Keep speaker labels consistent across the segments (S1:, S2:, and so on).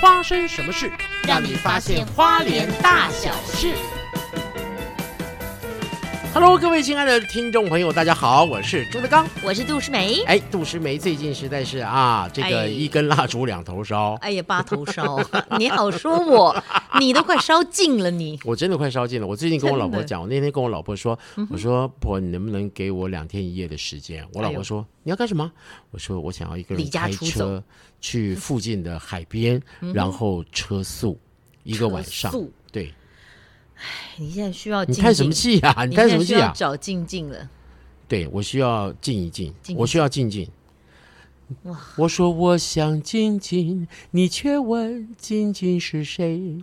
S1: 发生什么事，
S2: 让你发现花莲大小事。
S1: Hello，各位亲爱的听众朋友，大家好，我是朱德刚。
S2: 我是杜诗梅。
S1: 哎，杜诗梅最近实在是啊，这
S2: 哎
S1: 个一根蜡烛两头烧，
S2: 哎呀，八头 烧，你好说我，你都快烧尽了你。
S1: 我真的快烧尽了。我最近跟我
S2: 真的嗯
S1: 老婆讲，我那天跟我老婆说，我说婆，你能不能给我两天一夜的时间？我老
S2: 哎
S1: 婆
S2: 呦
S1: 说、你要干什么？我说我想要一个人
S2: 离家
S1: 开
S2: 出走嗯
S1: 车去附近的海边，然后车速一个晚上
S2: 车速。
S1: 对，
S2: 你现在需要
S1: 你
S2: 静静
S1: 叹什么？气呀、你
S2: 你
S1: 叹
S2: 现
S1: 什么
S2: 在需
S1: 气啊
S2: 要
S1: 呀、
S2: 找静静了。
S1: 对我需要静一静，
S2: 静一
S1: 我需要静静。我说我想静静，你却问静静是谁？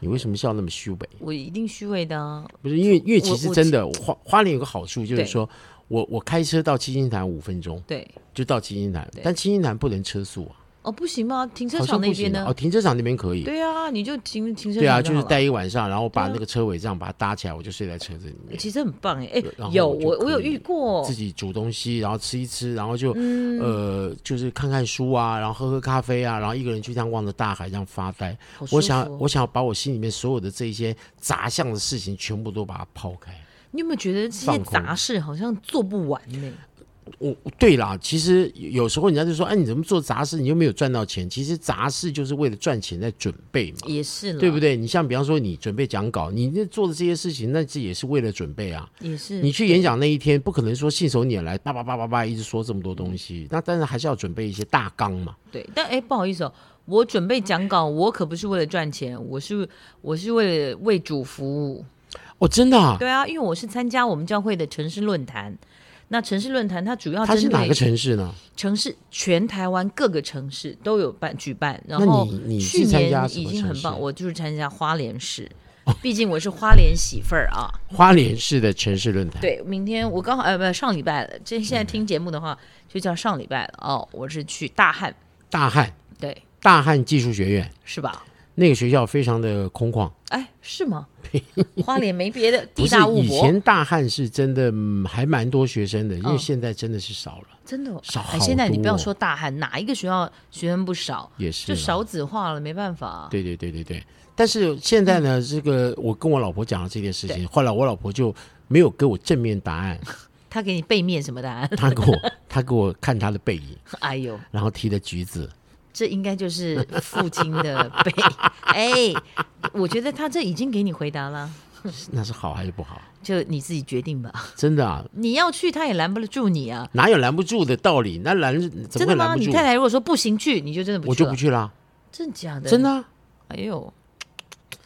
S1: 你为什么笑那么虚伪？
S2: 我一定虚伪的啊！
S1: 不是因为，因为其
S2: 我
S1: 实
S2: 我
S1: 真的花花莲有个好处，就是
S2: 对
S1: 说我我开车到七星潭五分钟
S2: 对，
S1: 就到七星潭，但七星潭不能车速啊，
S2: 哦，不行吗？停车
S1: 好像
S2: 场
S1: 不
S2: 那
S1: 行
S2: 边
S1: 啊
S2: 呢
S1: 哦，？停车场那边可以。
S2: 对啊，你就停停车
S1: 对啊，
S2: 场
S1: 就是
S2: 好了啊
S1: 待一晚上，然后把那个车尾这样把它搭起来，我就睡在车子里面，
S2: 其实很棒哎
S1: 然
S2: 哎，
S1: 后
S2: 有
S1: 我就
S2: 我我有
S1: 可以
S2: 遇过
S1: 自，己煮东西，然后吃一吃，然后就
S2: 嗯
S1: 呃就是看看书啊，然后喝喝咖啡啊，然后一个人就这样望着大海这样发呆。
S2: 好舒
S1: 我想
S2: 服哦
S1: 我想把我心里面所有的这一些杂项的事情全部都把它抛开。
S2: 你有没有觉得这些
S1: 放空
S2: 杂事好像做不完呢？
S1: 我对啦，其实有时候人家就说，哎，你怎么做杂事，你又没有赚到钱？其实杂事就是为了赚钱在准备嘛，
S2: 也是啊啦，
S1: 对不对？你像比方说，你准备讲稿，你那做的这些事情，那这也是为了准备啊。
S2: 也是
S1: 你去演讲那一天，不可能说信手拈来，叭叭叭叭叭一直说这么多东西，那当然还是要准备一些大纲嘛。
S2: 对，但哎，不好意思哦，我准备讲稿，我可不是为了赚钱，我是我是为了为主服务。
S1: 哦，真的、啊，
S2: 对啊，因为我是参加我们教会的城市论坛。那城市论坛它主要
S1: 他是
S2: 针
S1: 哪个
S2: 对
S1: 城市呢？
S2: 城市，全台湾各个城市都有办举办。然
S1: 那
S2: 后
S1: 你你是
S2: 去
S1: 参加
S2: 年
S1: 什
S2: 已
S1: 么
S2: 经
S1: 城
S2: 很棒，
S1: 市哦
S2: 我就是参加花莲市，毕竟我是花莲媳妇儿啊。
S1: 花莲市的城市论坛。
S2: 对，明天我刚好呃不上礼拜了，这
S1: 嗯
S2: 现在听节目的话就叫上礼拜了哦。我是去大汉，
S1: 大汉
S2: 对，
S1: 大汉技术学院
S2: 是吧？
S1: 那个学校非常的空旷。
S2: 哎，是 吗？花莲没别的，
S1: 不
S2: 地
S1: 是
S2: 大物
S1: 以
S2: 博，
S1: 前大汉是真的、嗯还蛮多学生的，因为
S2: 嗯
S1: 现在真的是少了，
S2: 真的哦
S1: 少好
S2: 哎，现在你不要
S1: 多哦
S2: 说大汉，哪一个学校学生不少，
S1: 也是
S2: 就
S1: 啦。
S2: 少子化了，没办法啊。
S1: 对对对对对。但是现在呢，这个我跟我老婆讲了这件事情，后来我老婆就没有给我正面答案，
S2: 他给你背面什么答案？
S1: 她给我她给我看她的背影，
S2: 哎呦，
S1: 然后提了橘子，
S2: 这应该就是父亲的 背。哎，我觉得他这已经给你回答了，
S1: 那是好还是不好？
S2: 就你自己决定吧。
S1: 真的啊，
S2: 你要去，他也拦不住你啊。
S1: 哪有拦不住的道理？那拦怎
S2: 真
S1: 么会
S2: 的
S1: 拦
S2: 吗？
S1: 不
S2: 你
S1: 住？
S2: 太太如果说不行去，你就真的不
S1: 我
S2: 去
S1: 就
S2: 了。
S1: 不去啦，
S2: 真的假的？
S1: 真的。啊、
S2: 哎呦，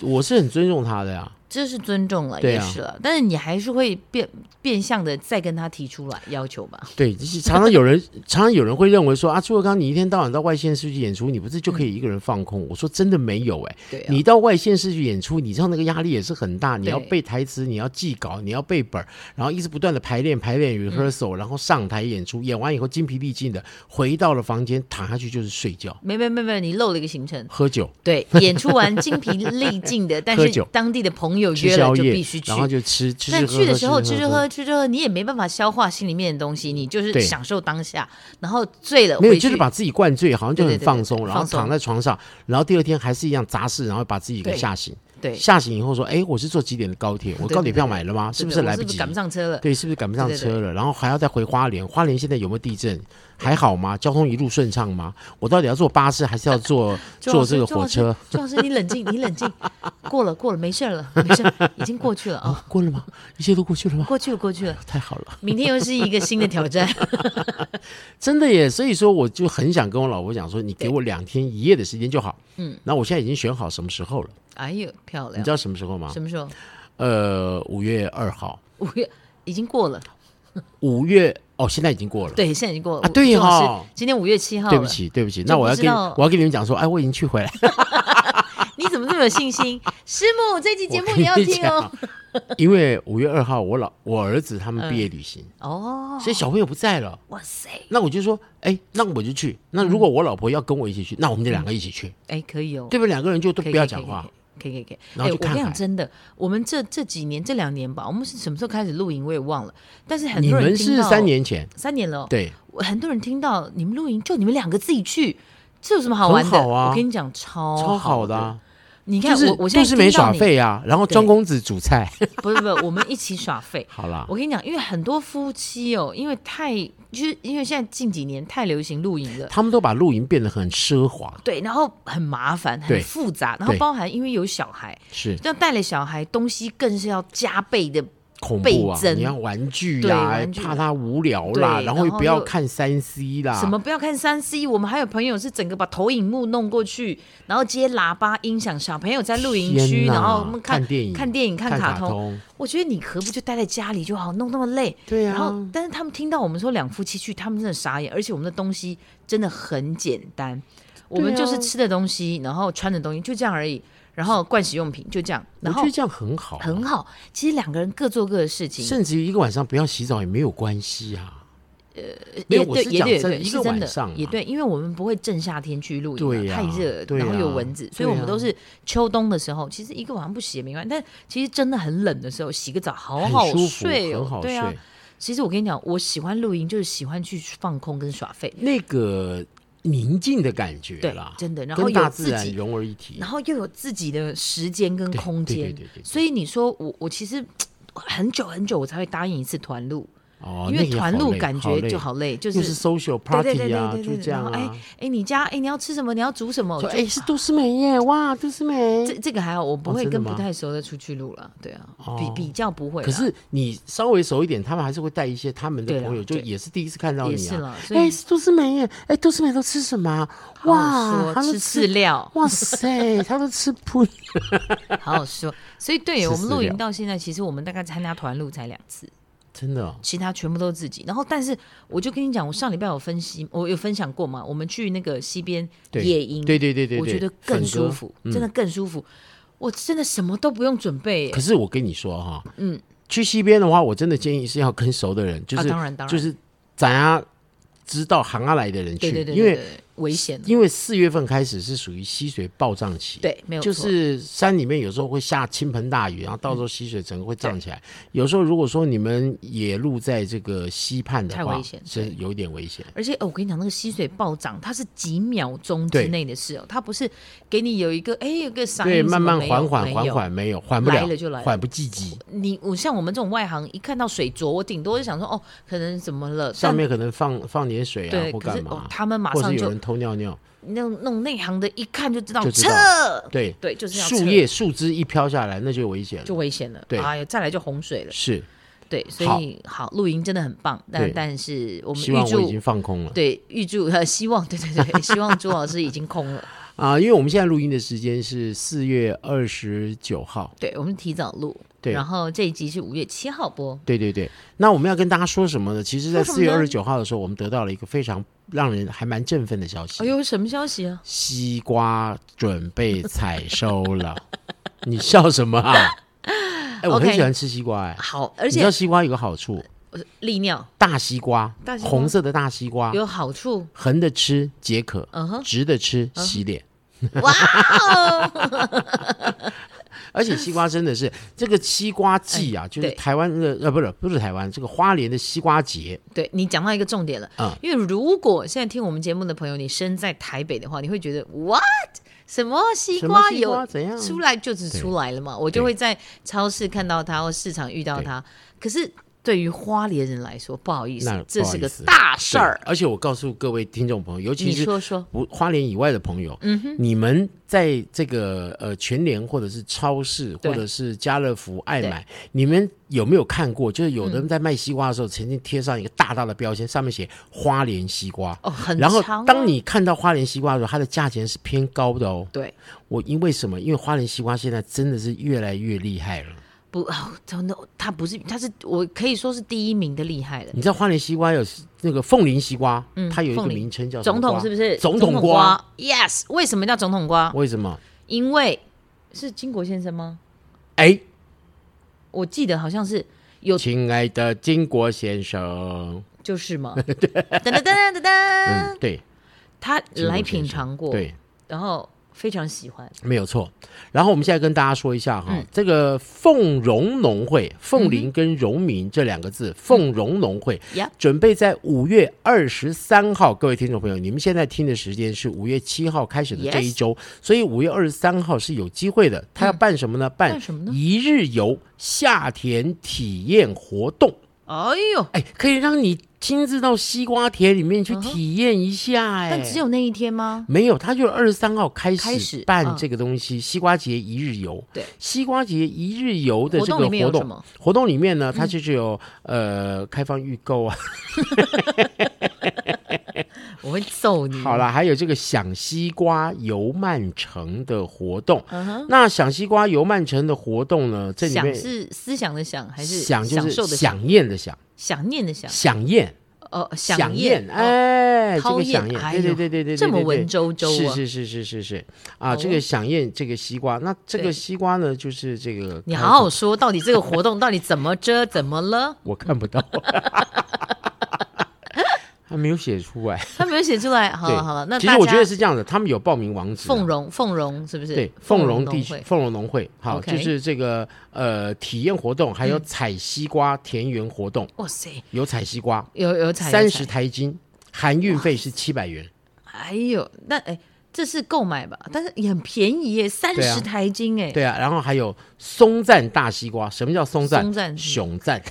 S1: 我是很尊重她的呀、
S2: 这是尊重了，
S1: 对
S2: 也
S1: 啊
S2: 是了，但是你还是会变变相的再跟他提出来要求吧。
S1: 对，就是常常有人，常常有人会认为说啊，朱德刚，你一天到晚到外县市去演出，你不是就可以一个人放空？我说真的没有哎、
S2: 对啊
S1: 你到外县市去演出，你知道那个压力也是很大，你要
S2: 对
S1: 背台词，你要记稿，你要背本儿，然后一直不断的排练、排练 rehearsal，、然后上台演出，演完以后精疲力尽的回到了房间，躺下去就是睡觉、
S2: 没没没没，你漏了一个行程。
S1: 喝酒、
S2: 对，演出完精疲力尽 的，但
S1: 喝
S2: 是
S1: 酒
S2: 当地的朋友
S1: 吃
S2: 约了
S1: 宵
S2: 就
S1: 夜
S2: 必须，去
S1: 然。后就吃吃吃
S2: 但
S1: 喝
S2: 去
S1: 喝
S2: 的时候吃
S1: 吃
S2: 吃喝吃吃喝，你也没办法消化心里面的东西，你就是
S1: 对
S2: 享受当下，然后醉了
S1: 没有，
S2: 回
S1: 就是
S2: 去。
S1: 把自己灌醉，好像就
S2: 对
S1: 很
S2: 对对
S1: 放
S2: 对
S1: 松，
S2: 对
S1: 然后
S2: 放松
S1: 躺在床上，然后第二天还是一样杂事，然后把自己给
S2: 对
S1: 吓醒。
S2: 对，
S1: 吓醒以后说：“哎，我是坐几点的高铁？我
S2: 对
S1: 高铁票买了吗？是不
S2: 真的
S1: 来
S2: 我
S1: 及？
S2: 赶不上车了？
S1: 对，是不是赶不上
S2: 对对
S1: 车了？然后还要再回花莲，花莲现在有没有地震？还好吗？交通一路顺畅吗？我到底要坐巴士还是要 坐
S2: 周老
S1: 坐
S2: 师
S1: 这个火车？，
S2: 周老师周老师你冷静，你冷静，过了过了，没事儿了，没事儿，已经过去了啊，
S1: 啊，过了吗？一切都过去了吗？
S2: 过去了过去了，
S1: 太好了，
S2: 明天又是一个新的挑战。
S1: 真的耶！所以说，我就很想跟我老婆讲说，你给我两天一夜的时间就好。嗯，那我现在已经选好什么时候了，
S2: 哎呦，漂
S1: 你
S2: 亮
S1: 知！道什么时候吗？
S2: 什么时候？
S1: 呃，五月二号，
S2: 五月已经过了，
S1: 五月哦，现在已经过了。
S2: 对，现在已经过了。
S1: 啊对
S2: 周老师
S1: 哦
S2: 今天五月七号。
S1: 对不，起，对不起，那
S2: 就
S1: 我
S2: 不
S1: 要
S2: 知
S1: 跟
S2: 道
S1: 我要跟你们讲说，哎，我已经去回来了。”
S2: 你怎么这么有 信心？师母，这期 节目你要听哦。嗯
S1: 因为五月二号我老我儿子他们毕业旅行，
S2: 哦，
S1: 所以小朋友不在了。
S2: 哇塞，
S1: 那我就说，哎，那我就去。那如果我老婆要跟我一起去，那我们就两个一起去，
S2: 哎，可以哦，
S1: 对不对？两个人就都
S2: 可以，
S1: 不要讲话
S2: 可以，，可以可以可以。
S1: 然后
S2: 哎
S1: 去
S2: 我跟
S1: 看
S2: 你
S1: 海
S2: 讲真的，我们这这几年这两年吧，我们是什么时候开始露营我也忘了，但是很
S1: 你
S2: 多人
S1: 们
S2: 听
S1: 是
S2: 到
S1: 三年前，
S2: 三年了哦，
S1: 对，
S2: 我很多人听到你们露营就你们两个自己去，这有什么好玩的？
S1: 很好啊
S2: 我跟你讲超
S1: 超好
S2: 哦的
S1: 的、啊，
S2: 你看、
S1: 就是
S2: 我我现
S1: 杜
S2: 在
S1: 是没
S2: 听到
S1: 耍
S2: 你，
S1: 废啊，然后
S2: 对
S1: 庄公子煮菜，
S2: 不是不是，我们一起耍废。
S1: 好啦，
S2: 我跟你讲，因为很多夫妻哦，因为太就是因为现在近几年太流行露营了，
S1: 他们都把露营变得很奢华，
S2: 对，然后很麻烦，很
S1: 对
S2: 复杂，然后
S1: 对
S2: 包含因为有小孩，
S1: 是
S2: 这样带了小孩，东西更是要加倍的。
S1: 恐
S2: 倍
S1: 怖啊！
S2: 增
S1: 你要玩具
S2: 对
S1: 啦
S2: 玩，具
S1: 怕他无聊啦，
S2: 对
S1: 然后
S2: 然
S1: 又
S2: 后
S1: 不要
S2: 又
S1: 看三 C 啦，
S2: 什么不要看三 C，我们还有朋友是整个把投影幕弄过去，然后接喇叭音响，小朋友在露营区，
S1: 天哪
S2: 然后我们看
S1: 看电影
S2: 看电影、看
S1: 看
S2: 卡
S1: 卡
S2: 通。
S1: 通，
S2: 我觉得你何不就待在家里就好，弄那么累。
S1: 对啊
S2: 然后，但是他们听到我们说两夫妻去，他们真的傻眼，而且我们的东西真的很简单，我们就是吃的东西，然后穿的东西，就这样而已。然后盥洗用品就这样，
S1: 我
S2: 然
S1: 觉
S2: 后
S1: 得这样很好啊，
S2: 很好。其实两个人各做各的事情，
S1: 甚至于一个晚上不要洗澡也没有关系啊。呃，
S2: 也
S1: 我
S2: 对，
S1: 是
S2: 也
S1: 讲
S2: 对，也
S1: 真的
S2: 对，
S1: 一
S2: 是
S1: 个
S2: 真
S1: 晚
S2: 的
S1: 上、啊、
S2: 也对，因为我们不会正夏天去露营嘛，
S1: 对呀
S2: 太热，
S1: 对
S2: 然后
S1: 呀
S2: 有蚊子，所以我们
S1: 对呀
S2: 都是秋冬的时候，其实一个晚上不洗也没关系，但其实真的很冷的时候，洗个澡好
S1: 很
S2: 好
S1: 舒服，
S2: 睡哦，
S1: 很好
S2: 对
S1: 睡。
S2: 啊。其实我跟你讲，我喜欢露营，就是喜欢去放空跟耍废，
S1: 那个宁静的感觉
S2: 对
S1: 啦，，
S2: 真的。然后
S1: 跟大
S2: 有
S1: 自
S2: 自
S1: 然
S2: 己，
S1: 融为一体
S2: 然。后又有自己的时间跟
S1: 对
S2: 空
S1: 对对
S2: 间
S1: 对对对，
S2: 所以你说我我其实很久很久我才会答应一次团露，
S1: 哦，
S2: 因
S1: 那
S2: 为
S1: 也
S2: 团
S1: 好
S2: 露
S1: 累
S2: 感
S1: 好
S2: 觉
S1: 累
S2: 就好累，就
S1: 又是
S2: 是
S1: social
S2: 对对对
S1: party 啊，
S2: 对对
S1: 就
S2: 对
S1: 这样
S2: 然后
S1: 啊。
S2: 哎、你家哎、你要吃什么？你要煮什么？
S1: 说
S2: 就
S1: 哎是杜思梅耶，哇，杜思梅
S2: 这。啊这个还好，我不
S1: 哦
S2: 会
S1: 真的
S2: 跟
S1: 吗
S2: 不太熟的出去录了，对啊，比
S1: 哦
S2: 比较不会啦。
S1: 可是你稍微熟一点，他们还是会带一些他们的
S2: 对啦啊
S1: 朋友，就
S2: 对
S1: 也是第一次看到
S2: 也
S1: 你
S2: 是
S1: 啊。
S2: 了，所以
S1: 哎，是杜思梅耶，哎，杜思梅都吃什么啊？
S2: 好好
S1: 哇，
S2: 说
S1: 他都
S2: 吃饲料，
S1: 哇塞，他都吃不
S2: 好好说。所以对
S1: 吃
S2: 我们
S1: 饲
S2: 露
S1: 料
S2: 营到现在，其实我们大概参加团录才两次，
S1: 真的哦
S2: 其他全部都自己。然后，但是我就跟你讲，我上礼拜有分析，我有分享过嘛，我们去那个西边
S1: 对
S2: 夜营，
S1: 对对对对，
S2: 我觉
S1: 对嗯
S2: 得更
S1: 粉
S2: 舒
S1: 哥
S2: 服，真的更舒服。我真的什么都不用准备耶
S1: 可，是我跟你说哈，嗯，去西边的话，我真的建议是要跟熟的人，就是、
S2: 啊当然当然
S1: 就是咱啊知道行啊来的人去，
S2: 对对对，
S1: 因
S2: 对
S1: 为
S2: 对危险了，
S1: 因为四月份开始是属于溪水暴涨期，，
S2: 对，没有
S1: 就
S2: 错
S1: 是山里面有时候会下倾盆大雨，然后到时候溪水整个会涨起来。有时候如果说你们野路在这个溪畔的话，
S2: 太危险
S1: 是
S2: 对
S1: 有点危险。
S2: 而且、哦我跟你讲，那个溪水暴涨，它是几秒钟之内的事哦，它不是给你有一个哎有一个啥
S1: 对，慢慢缓缓缓。
S2: 没有
S1: 缓，没有缓不
S2: 来
S1: 了，
S2: 了就来了
S1: 缓不济急。
S2: 你我像我们这种外行，一看到水浊，我顶多就想说哦，可能怎么了？
S1: 上
S2: 但
S1: 面可能放放点水啊，
S2: 对，
S1: 或
S2: 可是
S1: 干
S2: 哦
S1: 嘛，，
S2: 他们马
S1: 或者
S2: 上
S1: 有
S2: 就
S1: 人偷尿尿，
S2: 那种那种内行的，一看就知道
S1: 就知
S2: 撤
S1: 道，对。
S2: 对，就是要撤
S1: 树叶树枝一飘下来，那就危险了。
S2: 就危险了。
S1: 对
S2: 哎呀，再来就洪水了。
S1: 是，
S2: 对，所以好，露营真的很棒，但
S1: 对
S2: 但是我们
S1: 希
S2: 预
S1: 望我已
S2: 祝
S1: 经放空了
S2: 对预祝呃希望 对对 对，希望朱老师已经空了。
S1: 啊、因为我们现在录音的时间是四月二十九号。
S2: 对，我们提早录，
S1: 对
S2: 然后这一集是五月七号播，
S1: 对对对，那我们要跟大家说什么呢？其实，在
S2: 说
S1: 四
S2: 什么
S1: 月二
S2: 呢
S1: 十九号的时候，我们得到了一个非常让人还蛮振奋的消息
S2: 哎，呦，什么消息啊？
S1: 西瓜准备采收 了。你笑什么啊？哎，我很
S2: OK
S1: 喜欢吃西瓜哎、
S2: 好，而
S1: 你知道啊
S2: 且
S1: 西瓜有个好处，
S2: 利尿
S1: 大西瓜，
S2: 大西瓜
S1: 红色的大西瓜，
S2: 有好处，
S1: 横的吃解渴，
S2: 嗯哼，
S1: 直的吃洗脸。
S2: 哇哦，
S1: 而且西瓜真的是这个西瓜季啊，就是
S2: 哎对
S1: 台湾的呃，不是不是台湾，这个花莲的西瓜节，
S2: 对你讲到一个重点了，
S1: 嗯
S2: 因为如果现在听我们节目的朋友，你身在台北的话，你会觉得 what 什么西
S1: 什么
S2: 瓜
S1: 西瓜
S2: 有
S1: 怎样？
S2: 出来就是出来了嘛，我就会在超市看到它或市场遇到它，可是。对于花莲人来说，不好意
S1: 那
S2: 思，这是
S1: 不好意
S2: 个
S1: 思
S2: 大事儿
S1: 对。而且我告诉各位听众朋友，尤其
S2: 你
S1: 是
S2: 说说，
S1: 不花莲以外的朋友，嗯哼，你们在这个呃全联或者是超市
S2: 对
S1: 或者是家乐福爱买，你们有没有看过？就是有的
S2: 嗯
S1: 人在卖西瓜的时候，曾经贴上一个大大的标签，上面写花莲西瓜。
S2: 哦，很
S1: 然后
S2: 长啊，
S1: 当你看到花莲西瓜的时候，它的价钱是偏高的哦。
S2: 对
S1: 我因为什么？因为花莲西瓜现在真的是越来越厉害了。
S2: 不，哦真的，他不是，他是我可以说是第一名的厉害了。
S1: 你知道花莲西瓜有那个凤梨西瓜，它有一个
S2: 嗯凤梨
S1: 名称叫什么
S2: 总统
S1: 瓜
S2: 是不是？
S1: 总统瓜？
S2: y e s 为什么叫总统瓜？
S1: 为什么？
S2: 因为是金国先生吗？
S1: 哎，
S2: 我记得好像是有，
S1: 亲爱的金国先生，
S2: 就是 嘛。噔噔噔噔噔，
S1: 嗯，对，
S2: 他
S1: 金国
S2: 来
S1: 先
S2: 品
S1: 生
S2: 尝过，
S1: 对，
S2: 然后非常喜欢。
S1: 没有错。然后我们现在跟大家说一下哈，
S2: 嗯
S1: 这个凤荣农会，凤林跟荣民这两个字，凤荣农会。
S2: 呀，
S1: 准备在五月二十三号，各位听众朋友，你们现在听的时间是五月七号开始的
S2: Yes 嗯
S1: 这一周所以五月二十三号是有机会的。他要办什么呢？办
S2: 办什么呢
S1: 一日游夏田体验活动，
S2: 哎呦，
S1: 哎，可以让你亲自到西瓜田里面去
S2: 嗯哼
S1: 体验一下，哎、
S2: 但只有那一天吗？
S1: 没有，他就是二十三号开
S2: 开
S1: 始
S2: 始
S1: 办
S2: 嗯
S1: 这个东西，西瓜节一日游。
S2: 对，
S1: 西瓜节一日游的
S2: 活
S1: 这
S2: 动
S1: 个
S2: 里
S1: 活
S2: 面有什
S1: 动，
S2: 么？嗯
S1: 活动里面呢，它就是有、呃开放预购啊，
S2: 我会揍你。
S1: 好，啦，还有这个赏西瓜游漫城的活动。
S2: 嗯哼，
S1: 那赏西瓜游漫城的活动呢，这里
S2: 想
S1: 面
S2: 是思想的想还是
S1: 想就
S2: 享受
S1: 是
S2: 的想？
S1: 响宴的响，
S2: 想念的想？
S1: 响宴，
S2: 哦，
S1: 响
S2: 宴
S1: 宴，。哎，这
S2: 涛
S1: 个
S2: 宴
S1: 响宴，
S2: 哎
S1: 对对
S2: 呦
S1: 对对对，
S2: 这么
S1: 对对
S2: 文绉绉啊
S1: 是是是是是是啊，
S2: 哦
S1: 这个响宴，这个西瓜，那这个
S2: 对
S1: 西瓜呢，就是这个，
S2: 你好好，说，到底这个活动到底怎么着？怎么 了？
S1: 我看不 到，他没有写出来，
S2: 他没有写出来。好
S1: 对
S2: 了好了，那
S1: 其实
S2: 大
S1: 我觉
S2: 家
S1: 得是这样的，他们有报名网址啊，
S2: 凤荣，凤荣是不是？
S1: 对，凤
S2: 荣
S1: 荣地区
S2: 农会
S1: 凤荣农会，好，
S2: OK 嗯
S1: 就是这个呃体验活动，还有采西瓜田园活动，
S2: 哇塞，
S1: 有采西瓜，
S2: 有有彩
S1: 三十
S2: 有彩
S1: 台斤，含运费是七百元，
S2: 哎呦，那哎，这是购买吧？但是也很便宜耶，三
S1: 对啊
S2: 十台斤哎。
S1: 对啊，然后还有松赞大西瓜，什么叫松赞？
S2: 松赞是
S1: 熊赞，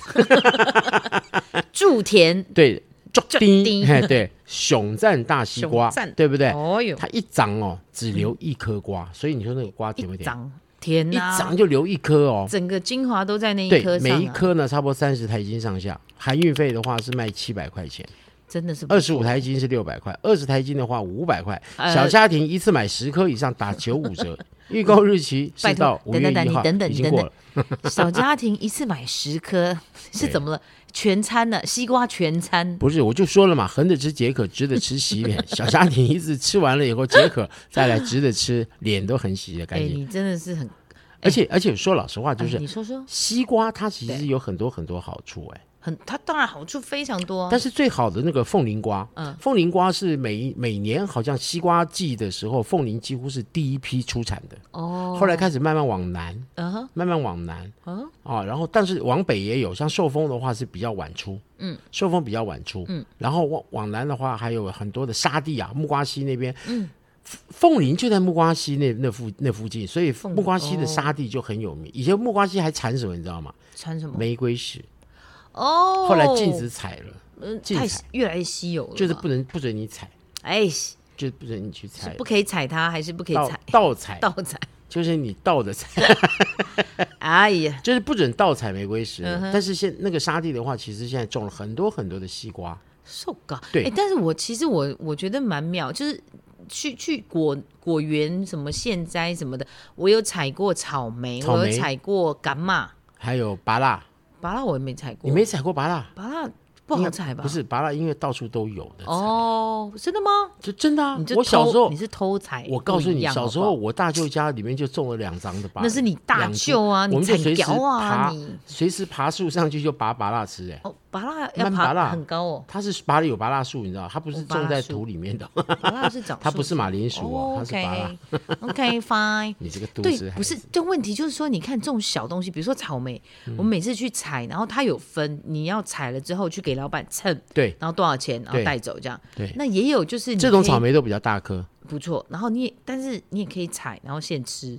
S2: 驻田，
S1: 对，竹
S2: 竹
S1: 丁，
S2: 丁
S1: 嘿对，熊赞大西瓜
S2: 熊赞，
S1: 对不对？
S2: 哦呦，
S1: 它一长哦，只留一颗瓜，所以你说那个瓜甜不
S2: 一啊
S1: 甜？
S2: 涨甜
S1: 一
S2: 呐、
S1: 长就留一颗哦，
S2: 整个精华都在那一
S1: 对
S2: 颗，上、啊，
S1: 每一颗呢差不多三十台斤上下，含运费的话是卖七百块钱。
S2: 真的是不
S1: 二十五台斤是六百块，二十台斤的话五百块。
S2: 呃
S1: 小家庭一次买十颗以上打九五折，预购日期是
S2: 拜托
S1: 到五月
S2: 等等
S1: 一号，
S2: 等等
S1: 已经过了。
S2: 小家庭一次买十 颗是
S1: 对
S2: 怎么了？全餐呢？西瓜全餐，
S1: 不是，我就说了嘛，横着吃解渴，直着吃洗脸。小家庭一次吃完了以后解渴，再来直着吃，脸都很洗的
S2: 哎、
S1: 干净。
S2: 你真的是很，
S1: 而且而且说老实话， 就
S2: 哎
S1: 是
S2: 你说说，
S1: 西瓜它其实
S2: 对
S1: 有很多很多好处，哎，
S2: 很，它当然好处非常多啊，
S1: 但是最好的那个凤梨瓜，
S2: 嗯
S1: 凤梨瓜是每每年好像西瓜季的时候，凤梨几乎是第一批出产的，
S2: 哦，
S1: 后来开始慢慢往南，
S2: 嗯哼，
S1: 慢慢往南。
S2: 嗯，
S1: 啊，然后但是往北也有，像寿丰的话是比较晚出，
S2: 嗯，
S1: 寿丰比较晚出，嗯，然后往往南的话还有很多的沙地啊，木瓜溪那边，嗯，凤林就在木瓜溪那那附那附近，所以
S2: 凤
S1: 木瓜溪的
S2: 哦
S1: 沙地就很有名。以前木瓜溪还产什么你知道吗？
S2: 穿什么？
S1: 玫瑰石，
S2: 哦，
S1: 后来禁止采了，
S2: 嗯，
S1: 禁
S2: 太
S1: 采
S2: 越来越稀有了吧，
S1: 就是不能不准你采，
S2: 哎，
S1: 就是不准你去
S2: 是
S1: 采，
S2: 不可以踩它，还是不可以
S1: 盗
S2: 踩
S1: 盗采，
S2: 倒踩？
S1: 就是你盗的采，
S2: 哎呀，
S1: 就是不准盗采玫瑰石。
S2: 嗯哼
S1: 但是现那个沙地的话，其实现在种了很多很多的西瓜，
S2: 受搞
S1: 对
S2: 哎，但是我其实我我觉得蛮妙，就是去去果果园什么现摘什么的，我有采过草莓，
S1: 草莓
S2: 我有采过甘嘛，
S1: 还有芭乐。
S2: 芭拉我也没采过，
S1: 你没采过芭乐？
S2: 芭拉不
S1: 应该
S2: 好采吧？
S1: 不是芭乐，因为到处都有的。哦，
S2: 哦，真的吗？
S1: 就真的啊
S2: 你！就
S1: 我小
S2: 偷
S1: 时候
S2: 你，是偷采，
S1: 我告诉
S2: 不一
S1: 你，
S2: 样
S1: 小时
S2: 好
S1: 候
S2: 不好
S1: 我大舅家里面就种了两张的芭乐。
S2: 那是你大
S1: 两株
S2: 舅啊，
S1: 我
S2: 你
S1: 们
S2: 采
S1: 就随时
S2: 条啊，
S1: 爬
S2: 你，
S1: 随时爬树上去就拔芭乐吃。哎，
S2: 哦，芭拉要
S1: 慢芭乐
S2: 爬很高 哦，
S1: 它是芭乐有芭乐树，你知道，它不是
S2: 哦芭乐
S1: 种在
S2: 树
S1: 土里面的，
S2: 芭拉是长
S1: 它不是马铃薯哦，它是芭乐。
S2: ，OK OK fine。
S1: 你这个肚
S2: 对
S1: 子，
S2: 不是，这问题就是说，你看这种小东西，比如说草莓，
S1: 嗯
S2: 我们每次去采，然后它有分，你要采了之后去给老板称，
S1: 对
S2: 然后多少钱，然后
S1: 对
S2: 带走这样。
S1: 对
S2: 那也有就是你
S1: 这种
S2: 可以
S1: 草莓都比较大颗。
S2: 不错，然后你也，但是你也可以采，然后现吃，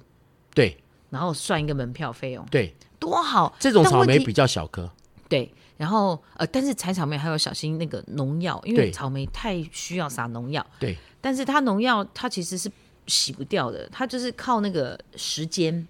S1: 对
S2: 然后算一个门票费用，
S1: 对，
S2: 多好。
S1: 这种
S2: 但
S1: 草
S2: 问
S1: 莓
S2: 题
S1: 比较小颗。
S2: 对，然后呃，但是采草莓还要小心那个农药，因
S1: 对
S2: 为草莓太需要撒农药，
S1: 对
S2: 但是它农药它其实是洗不掉的，它就是靠那个时间。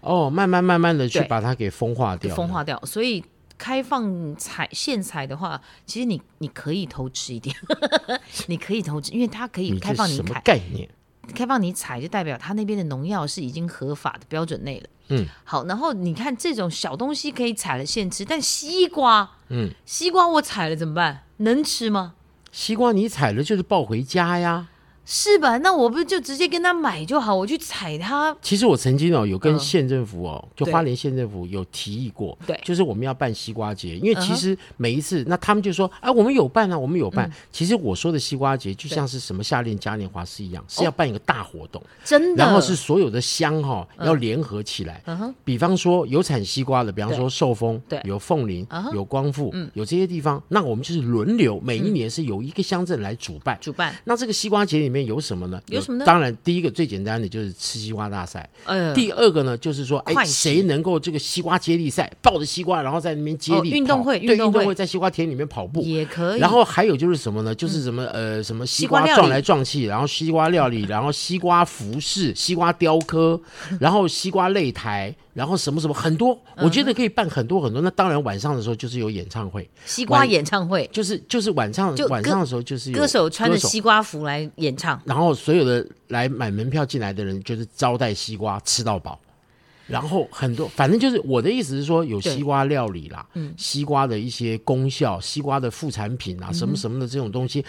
S1: 哦，慢慢慢慢的去
S2: 对
S1: 把它给风化掉
S2: 就
S1: 了。
S2: 风化掉。所以开放采现采的话，其实你你可以偷吃一点， 你可以偷吃，因为它可以
S1: 你
S2: 开
S1: 这
S2: 放你
S1: 什么
S2: 采，
S1: 概念？
S2: 开放你采就代表它那边的农药是已经合法的标准内了。
S1: 嗯，
S2: 好，然后你看这种小东西可以采了现吃，但西瓜，
S1: 嗯，
S2: 西瓜我采了怎么办？能吃吗？
S1: 西瓜你采了就是抱回家呀。
S2: 是吧？那我不就直接跟他买就好，我去踩他。
S1: 其实我曾经哦有跟
S2: 嗯
S1: 县政府哦，就
S2: 对
S1: 花莲县政府有提议过，
S2: 对
S1: 就是我们要办西瓜节，因为
S2: 嗯
S1: 其
S2: 哼
S1: 实每一次那他们就说，哎，我们有办啊，我们有
S2: 嗯
S1: 办。其实我说的西瓜节就像是什么夏令嘉年华是一样，
S2: 哦
S1: 是要办一个大活动，
S2: 真的。
S1: 然后是所有的乡哈、要联合起来。
S2: 嗯哼，
S1: 比方说有产西瓜的，比方说寿丰，
S2: 对
S1: 有凤林
S2: 啊哈，
S1: 有光复，有这些地方，那我们就是轮流，每一年是由一个乡镇来主办。
S2: 主办，
S1: 那这个西瓜节里面有什么呢？
S2: 嗯有什么呢
S1: 当然，第一个最简单的就是吃西瓜大赛，
S2: 呃，
S1: 第二个呢就是说，哎，
S2: 快食
S1: 谁能够这个西瓜接力赛，抱着西瓜然后在那边接
S2: 哦
S1: 力跑，
S2: 运动会
S1: 对，
S2: 运动
S1: 运动
S2: 会
S1: 会在西瓜田里面跑步，
S2: 呃也可以。
S1: 然后还有就是什么呢？就是什么、呃什么西瓜
S2: 嗯西瓜料理
S1: 撞来撞去，然后西瓜料 理，然后西瓜服饰、西瓜雕刻，然后西瓜擂台，然后什么什么很多，
S2: 嗯
S1: 我觉得可以办很多很多。那当然晚上的时候就是有演唱会，
S2: 西瓜
S1: 晚
S2: 演唱会，
S1: 就是就是晚上
S2: 就歌
S1: 晚上的时候就是有
S2: 歌手穿着
S1: 歌手
S2: 西瓜服来演唱，
S1: 然后所有的来买门票进来的人就是招待西瓜吃到饱，然后很多反正就是我的意思是说有
S2: 对嗯
S1: 西瓜料理啦，西瓜的一些功效、西瓜的副产品啊，什么什么的这种东西。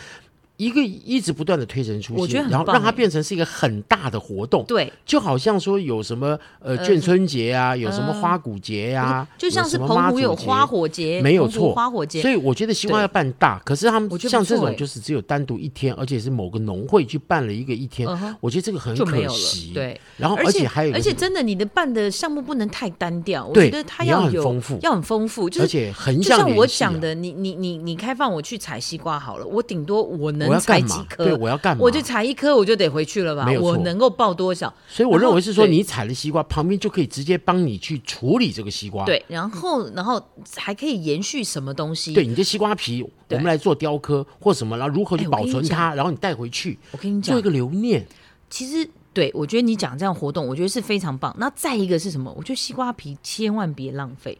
S1: 一个一直不断的推陈出
S2: 我
S1: 新
S2: 觉得，很
S1: 然后
S2: 棒
S1: 让它
S2: 欸
S1: 变成是一个很大的活动，
S2: 对，
S1: 就好像说有什么呃眷村节啊，有什么花鼓节呀，
S2: 就像嗯
S1: 有
S2: 是
S1: 什么
S2: 澎
S1: 妈
S2: 湖
S1: 祖
S2: 有
S1: 节
S2: 花火节，
S1: 没有
S2: 澎湖
S1: 错
S2: 花火节
S1: 所以我觉得西瓜
S2: 对
S1: 要办大，可是他们
S2: 我觉得
S1: 像
S2: 不错
S1: 这种
S2: 欸
S1: 就是只有单独一天，而且是某个农会去办了一个一天
S2: 嗯哼，
S1: 我觉得这个很
S2: 就没
S1: 可
S2: 有了
S1: 惜。，
S2: 对，
S1: 然后
S2: 而
S1: 且还有一个
S2: 而且
S1: 是
S2: 真的，你的办的项目不能太单调，我
S1: 对
S2: 觉得它
S1: 你要很
S2: 有
S1: 丰富
S2: 要很丰富，就
S1: 而
S2: 是
S1: 且横
S2: 就
S1: 向
S2: 像
S1: 联
S2: 我
S1: 系啊
S2: 讲，的，你你你你开放我去采西瓜好了，我顶多我
S1: 我
S2: 能
S1: 要
S2: 采
S1: 干
S2: 几
S1: 嘛？
S2: 颗，
S1: 对，我要干嘛？
S2: 我就采一颗我就得回去了吧
S1: 没，有错
S2: 我能够抱多少？
S1: 所以我
S2: 然
S1: 认
S2: 后
S1: 为是说，
S2: 对
S1: 你采了西瓜，旁边就可以直接帮你去处理这个西瓜。。
S2: 对，然后然后还可以延续什么东
S1: 嗯
S2: 西？
S1: 对，你的西瓜皮，我
S2: 对
S1: 们来做雕刻或什么，然后如何
S2: 哎
S1: 去
S2: 我跟
S1: 保
S2: 你
S1: 存
S2: 讲
S1: 它，然后你带回去
S2: 我跟你讲
S1: 做一，个留念。
S2: 其实对我觉得你讲这样活动，我觉得是非常棒。那再一个是什么？我觉得西瓜皮千万别浪费。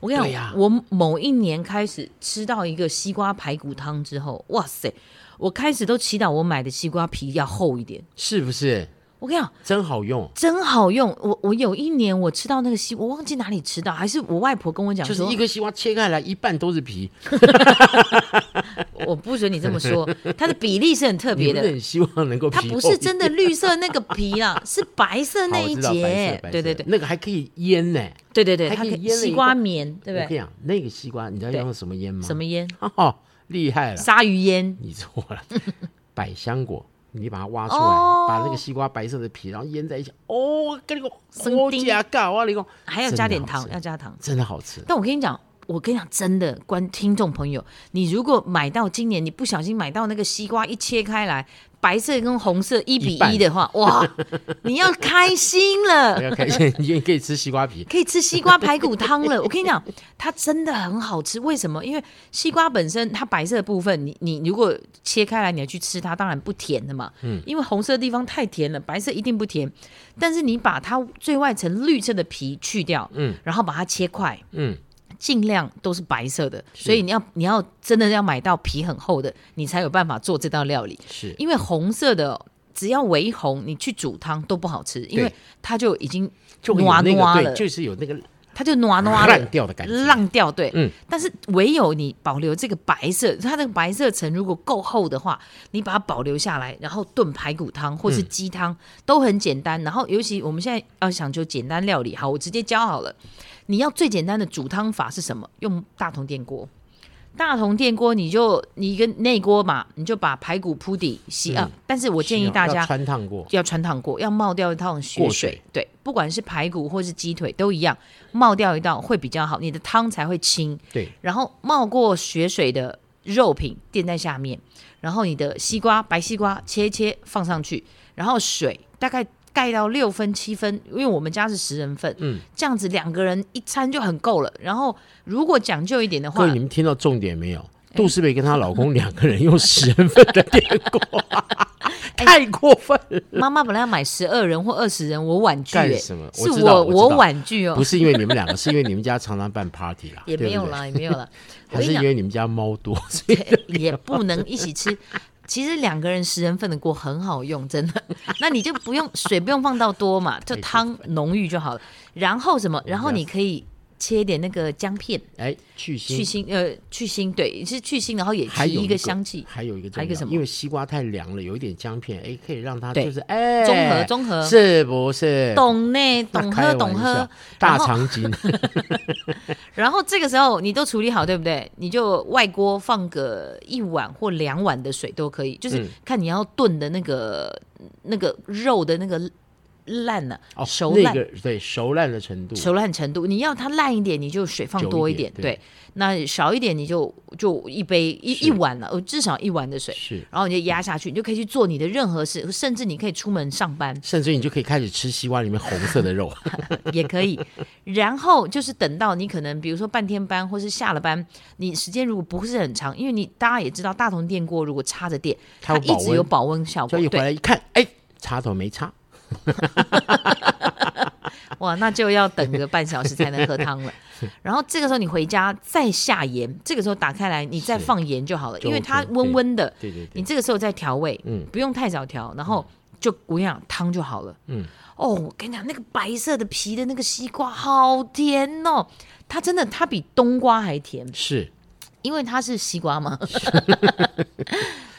S2: 我跟你
S1: 对
S2: 讲，
S1: 呀
S2: 我某一年开始吃到一个西瓜排骨汤之后，哇塞，我开始都祈祷我买的西瓜皮要厚一点。
S1: 是不是
S2: 我跟你讲，
S1: 真好用？
S2: 真好用。我我有一年我吃到那个西，我忘记哪里吃到，还是我外婆跟我讲
S1: 就是
S2: 说，
S1: 一颗西瓜切开来，一半都是皮，
S2: 我不准你这么 说，它的比例是很特
S1: 你
S2: 别
S1: 们
S2: 的。
S1: 很希望能够
S2: 它
S1: 皮
S2: 不
S1: 厚
S2: 是
S1: 一
S2: 真的绿色那个皮啦，是白色那
S1: 好我
S2: 一
S1: 知道白色
S2: 节
S1: 白。
S2: 对
S1: 色
S2: 对对
S1: 那个还可以腌呢、
S2: 对对对，
S1: 还
S2: 它
S1: 可以
S2: 可以
S1: 腌了
S2: 西
S1: 以
S2: 瓜
S1: 后
S2: 棉，对
S1: 我
S2: 不
S1: 跟你
S2: 对？
S1: 讲，那个西瓜，你知道要用什么腌吗？
S2: 什么腌？
S1: 哦，厉害了，
S2: 鲨鱼腌。
S1: 你错 了，百香果。你把它挖出来，
S2: 哦
S1: 把那个西瓜白色的皮，然后腌在一起。哦，跟你讲，
S2: 生
S1: 我
S2: 丁
S1: 加搞啊，你讲，
S2: 还要
S1: 真的
S2: 加点
S1: 好
S2: 糖，
S1: 吃
S2: 要加糖。
S1: 真的好吃。
S2: 但我跟你讲，我跟你讲，真的，观听众朋友，你如果买到今年，你不小心买到那个西瓜，一切开来，白色跟红色一比
S1: 一半
S2: 一的话， 哇，你要开心
S1: 我
S2: 了。
S1: 要开心，你也可以吃西瓜 皮。
S2: 可以吃西瓜排骨汤了，我跟你讲，它真的很好吃。为什么？因为西瓜本身它白色的部分，你你如果切开来，你要去吃它，当然不甜的嘛。嗯，因为红色的地方太甜了，白色一定不甜。但是你把它最外层绿色的皮去掉，嗯，然后把它切块，
S1: 嗯，
S2: 尽量都是白色的，所以你要你要真的要买到皮很厚的，你才有办法做这道料理。
S1: 是
S2: 因为红色的只要微红，你去煮汤都不好吃，因为它就已经
S1: 就会有
S2: 糯
S1: 那
S2: 糯
S1: 个对，
S2: 了，
S1: 就是有那个
S2: 它就啊糯糯
S1: 烂
S2: 了。
S1: 掉的感觉。
S2: 浪掉对，
S1: 嗯
S2: 但是唯有你保留这个白色，它的白色层如果够厚的话，你把它保留下来，然后炖排骨汤或是鸡汤、都很简单。然后尤其我们现在要讲究简单料理，好，我直接教好了。你要最简单的煮汤法是什么？用大同电锅。大同电锅，你就你一个内锅嘛，你就把排骨铺底洗
S1: 嗯
S2: 啊、但是我建议
S1: 要
S2: 大
S1: 要
S2: 家
S1: 穿烫过，
S2: 要穿烫过，要冒掉一趟血
S1: 过
S2: 水。
S1: 水
S2: 对，不管是排骨或是鸡腿都一样，冒掉一道会比较好，你的汤才会清。
S1: 对，
S2: 然后冒过血水的肉品垫在下面，然后你的西瓜、白西瓜切一切放上去，然后水大概盖到六分七分，因为我们家是十人份，
S1: 嗯，
S2: 这样子两个人一餐就很够了。然后如果讲究一点的
S1: 各
S2: 话哎
S1: 位，，你们听到重点没有？杜思梅跟她老公两个人用十人 份的电锅，
S2: 哎
S1: 太过分了。
S2: 妈妈本来要买十二人或二十人，我婉拒、
S1: 干
S2: 欸，
S1: 什么我
S2: 是
S1: 知道
S2: 我
S1: 我知道
S2: 婉拒哦，
S1: 不是因为你们两个，是因为你们家常常办 party 啦，
S2: 也没有
S1: 啦，
S2: 啦，也哎没有啦。我
S1: 还
S2: 跟
S1: 是
S2: 你
S1: 因
S2: 讲，
S1: 为你们家猫多，所以
S2: 也不能一起 吃。其实两个人十人份的锅很好用，真的。那你就 不用水不用放到多嘛，就汤浓郁就好了。然后什么？然后你可以切一点那个姜片，
S1: 哎，去腥
S2: 去腥，呃，去腥，对，是去腥，然后也
S1: 还
S2: 提
S1: 有
S2: 一
S1: 个
S2: 个香气，
S1: 还有一个
S2: 还有一
S1: 重
S2: 个
S1: 要
S2: 什么
S1: 因为西瓜太凉了，有一点姜片，哎，可以让它
S2: 对
S1: 就是哎
S2: 综合综合
S1: 是不是？
S2: 懂呢，
S1: 那
S2: 懂
S1: 开
S2: 喝
S1: 玩
S2: 懂喝
S1: 笑，大
S2: 然后
S1: 肠 筋
S2: 然后这个时候你都处理好，对不对？你就外锅放个一碗或两碗的水都可以，就是
S1: 嗯
S2: 看你要炖的那个、那个肉的那个烂了、
S1: 哦，
S2: 熟
S1: 那
S2: 烂、
S1: 个对熟烂的程度，
S2: 熟烂程度。你要它烂一点，你就水放
S1: 久
S2: 多
S1: 一
S2: 一
S1: 点
S2: 点，
S1: 对
S2: 对。那少一点你就就一杯一
S1: 是
S2: 一碗了，呃至少一碗的水，
S1: 是，
S2: 然后你就压下去，你就可以去做你的任何事，甚至你可以出门上班。
S1: 甚至你就可以开始吃西瓜里面红色的肉，
S2: 也可以。然后就是等到你可能比如说半天班或是下了班，你时间如果不是很长，因为你大家也知道大同电锅如果插着电，
S1: 它有
S2: 它一
S1: 保
S2: 直
S1: 温
S2: 有保温效
S1: 所
S2: 果
S1: 以。回
S2: 对，
S1: 来一看，哎，插头没插，
S2: 哇，那就要等个半小时才能喝汤了。然后这个时候你回家再下盐，这个时候打开来你再
S1: 是
S2: 放盐就好了，
S1: 就
S2: 因为它
S1: OK，
S2: 温
S1: 对
S2: 温的，
S1: 对对对，
S2: 你这个时候再调味，
S1: 嗯
S2: 不用太早调，然后就我跟你讲汤就好了。
S1: 嗯，
S2: 哦，我跟你讲，那个白色的皮的那个西瓜好甜哦，它真的它比冬瓜还甜。
S1: 是，
S2: 因为它是西 瓜嘛，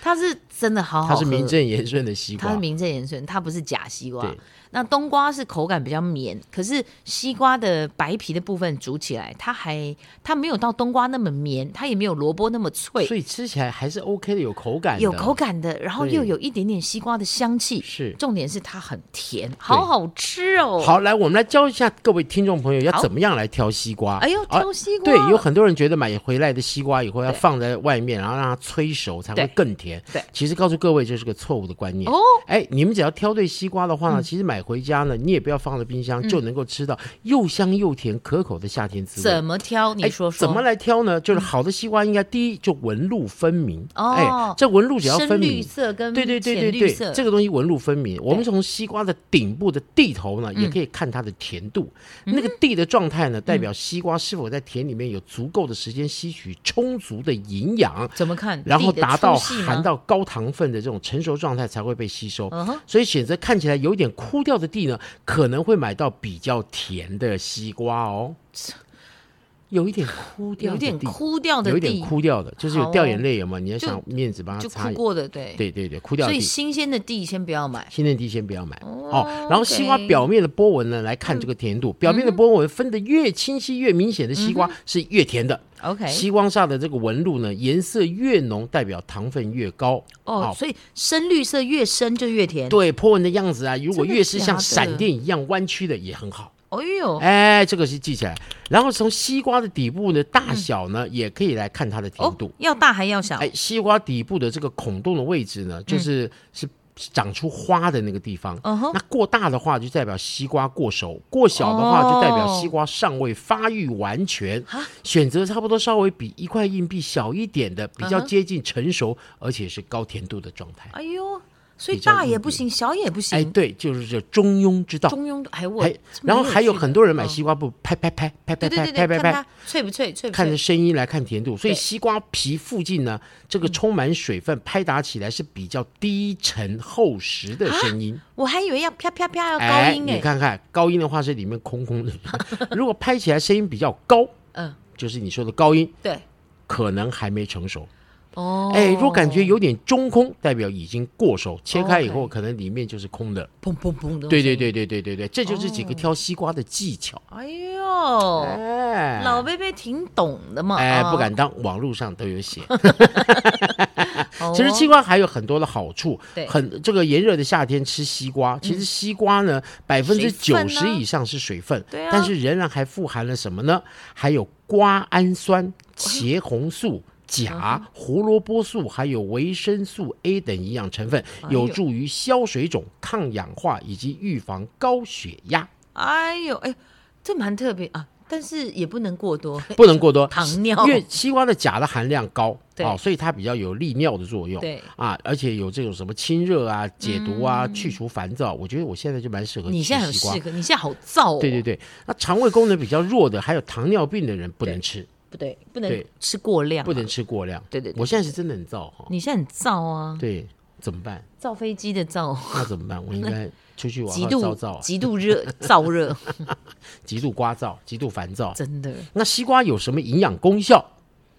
S2: 它是真的好好
S1: 它
S2: 喝，
S1: 是名正言顺的西
S2: 哦它是
S1: 瓜，
S2: 名正言顺，它不是假西瓜
S1: 对。
S2: 那冬瓜是口感比较绵，可是西瓜的白皮的部分煮起来，它还它没有到冬瓜那么绵，它也没有萝卜那么脆，
S1: 所以吃起来还是 OK 的，有口感的，
S2: 有口感的，然后
S1: 对
S2: 又有一点点西瓜的香气。
S1: 是
S2: 重点是它很甜，好好吃哦。，
S1: 好，来，我们来教一下各位听众朋友要
S2: 好
S1: 怎么样来挑西瓜。
S2: 哎呦，
S1: 啊
S2: 挑西瓜，
S1: 对，有很多人觉得买回来的西瓜以后要放在外面，然后让它催熟才会
S2: 对
S1: 更甜。
S2: 对
S1: 其实告诉各位这是个错误的观念。
S2: 哦，嗯
S1: 哎，你们只要挑对西瓜的话呢，其实买回家呢，你也不要放在冰箱，就能够吃到又香又甜可口的夏天滋味
S2: 怎。么挑？你
S1: 哎
S2: 说说，嗯
S1: 怎么来挑呢？就是好的西瓜应该第一就纹路分明。
S2: 哦
S1: 哎，这纹路只要分
S2: 深绿
S1: 明，
S2: 色跟
S1: 对对对
S2: 浅
S1: 对
S2: 绿
S1: 对
S2: 色，
S1: 这个东西纹路分明。我们从西瓜的顶部的地头呢，
S2: 嗯
S1: 也可以看它的甜度。那个地的状态呢，代表西瓜是否在田里面有足够的时间吸取充足的营养，
S2: 怎么看？
S1: 然后
S2: 自己的
S1: 达到
S2: 粗细吗
S1: 含到高糖分的这种成熟状态才会被吸收。
S2: 嗯哼
S1: 所以选择看起来有点枯掉的地呢，可能会买到比较甜的西瓜哦。有一点枯掉
S2: 有
S1: 的地，
S2: 点枯掉的
S1: 有一点
S2: 地，
S1: 枯掉的，就是有
S2: 好
S1: 掉
S2: 哦
S1: 眼泪有吗？你要
S2: 就
S1: 想面子帮它
S2: 就
S1: 擦
S2: 枯
S1: 一
S2: 过的，对。
S1: 对对对，枯掉
S2: 所
S1: 的
S2: 以
S1: 地。
S2: 新鲜的地先不要买，
S1: 新天地先不要买
S2: 哦
S1: 哦。然后西瓜
S2: OK 嗯
S1: 表面的波纹呢，来看这个甜度。表面的波纹分得越清晰越明显的西
S2: 嗯
S1: 瓜是越甜的，
S2: OK？
S1: 西瓜上的这个纹路呢，颜色越浓，代表糖分越高。
S2: 哦，
S1: 好
S2: 所以深绿色越深就越甜。
S1: 对波纹的样子啊，如果
S2: 真的
S1: 越是
S2: 假
S1: 像
S2: 的
S1: 闪电一样弯曲的也很好。
S2: 哎呦，
S1: 哎，这个是记起来。然后从西瓜的底部的大小呢，也可以来看它的甜
S2: 哦
S1: 度。，
S2: 要大还要小？
S1: 哎，西瓜底部的这个孔洞的位置呢，就是、是是长出花的那个地方。
S2: 嗯哼
S1: 那过大的话，就代表西瓜过熟；过小的话，就代表
S2: 哦
S1: 西瓜尚未发育完全。
S2: 哈
S1: 选择差不多稍微比一块硬币小一点的，比较
S2: 嗯哼
S1: 接近成熟，而且是高甜度的状态。
S2: 哎呦，所以
S1: 比较
S2: 大也
S1: 硬
S2: 不行，小也不
S1: 哎，
S2: 行，
S1: 对，就是这中庸之道。
S2: 中庸的。哎我
S1: 还，
S2: 这么
S1: 然后还有
S2: 趣的
S1: 很多人买
S2: 嗯
S1: 西瓜不拍拍拍拍拍
S2: 对对
S1: 拍
S2: 对
S1: 拍
S2: 对，
S1: 拍
S2: 看
S1: 拍，
S2: 它脆不脆，脆不
S1: 看着
S2: 脆？
S1: 声音来看甜度，所以
S2: 对嗯
S1: 西瓜皮附近呢，这个充满水分，拍打起来是比较低沉厚实的
S2: 啊
S1: 声音。
S2: 我还以为要啪啪啪要高
S1: 哎，
S2: 音
S1: 你
S2: 哎，
S1: 看看高音的话是里面空空的， 如果拍起来声音比较高，
S2: 嗯，
S1: 就是你说的高音，
S2: 对，
S1: 可能还没成熟。
S2: 哦，
S1: 哎，如果感觉有点中空，代表已经过熟，切开以
S2: 哦
S1: 后
S2: ，OK
S1: 可能里面就是空的。
S2: 砰砰砰的，
S1: 对对，对对对对对，这
S2: 哦
S1: 就是几个挑西瓜的技巧。
S2: 哎
S1: 哎
S2: 呦，哦老贝贝挺懂的嘛，
S1: 哎，
S2: 啊
S1: 不敢当，网络上都有写。
S2: 好
S1: 其实
S2: 哦
S1: 西瓜还有很多的好处，
S2: 对嗯
S1: 很这个炎热的夏天吃西瓜，其实西瓜呢百分之
S2: 水
S1: 九
S2: 分
S1: 十
S2: 呢
S1: 以上是水分，
S2: 对啊
S1: 但是仍然还富含了什么呢？还有瓜氨酸、茄红素。
S2: 嗯
S1: 钾、胡萝卜素还有维生素 A 等营养成分，
S2: 哎呦
S1: 有助于消水肿、抗氧化以及预防高血压。
S2: 哎呦，哎，这蛮特别啊，但是也不能过多，
S1: 不能过多，
S2: 糖尿
S1: 因为西瓜的钾的含量高，
S2: 对
S1: 哦，所以它比较有利尿的作用，
S2: 对嗯
S1: 啊，而且有这种什么清热啊、解毒啊、去除烦躁，我觉得我现在就蛮适合
S2: 你
S1: 吃
S2: 现在很
S1: 西瓜
S2: 适。合，你现在好燥哦。
S1: 对对对，那肠胃功能比较弱的，还有糖尿病的人不能吃，
S2: 不对，不能
S1: 对
S2: 吃过量、啊
S1: 不能。吃过量。
S2: 对对对嗯
S1: 我现在是真的很燥哈。
S2: 你现在很燥啊，
S1: 对，怎么办？
S2: 造飞机的造，
S1: 那怎么办？我应 该出去往
S2: 极
S1: 上
S2: 度
S1: 照照，
S2: 极度热燥热，
S1: 啊极度刮燥，极度烦躁。
S2: 真的
S1: 那西瓜有什么营养功效？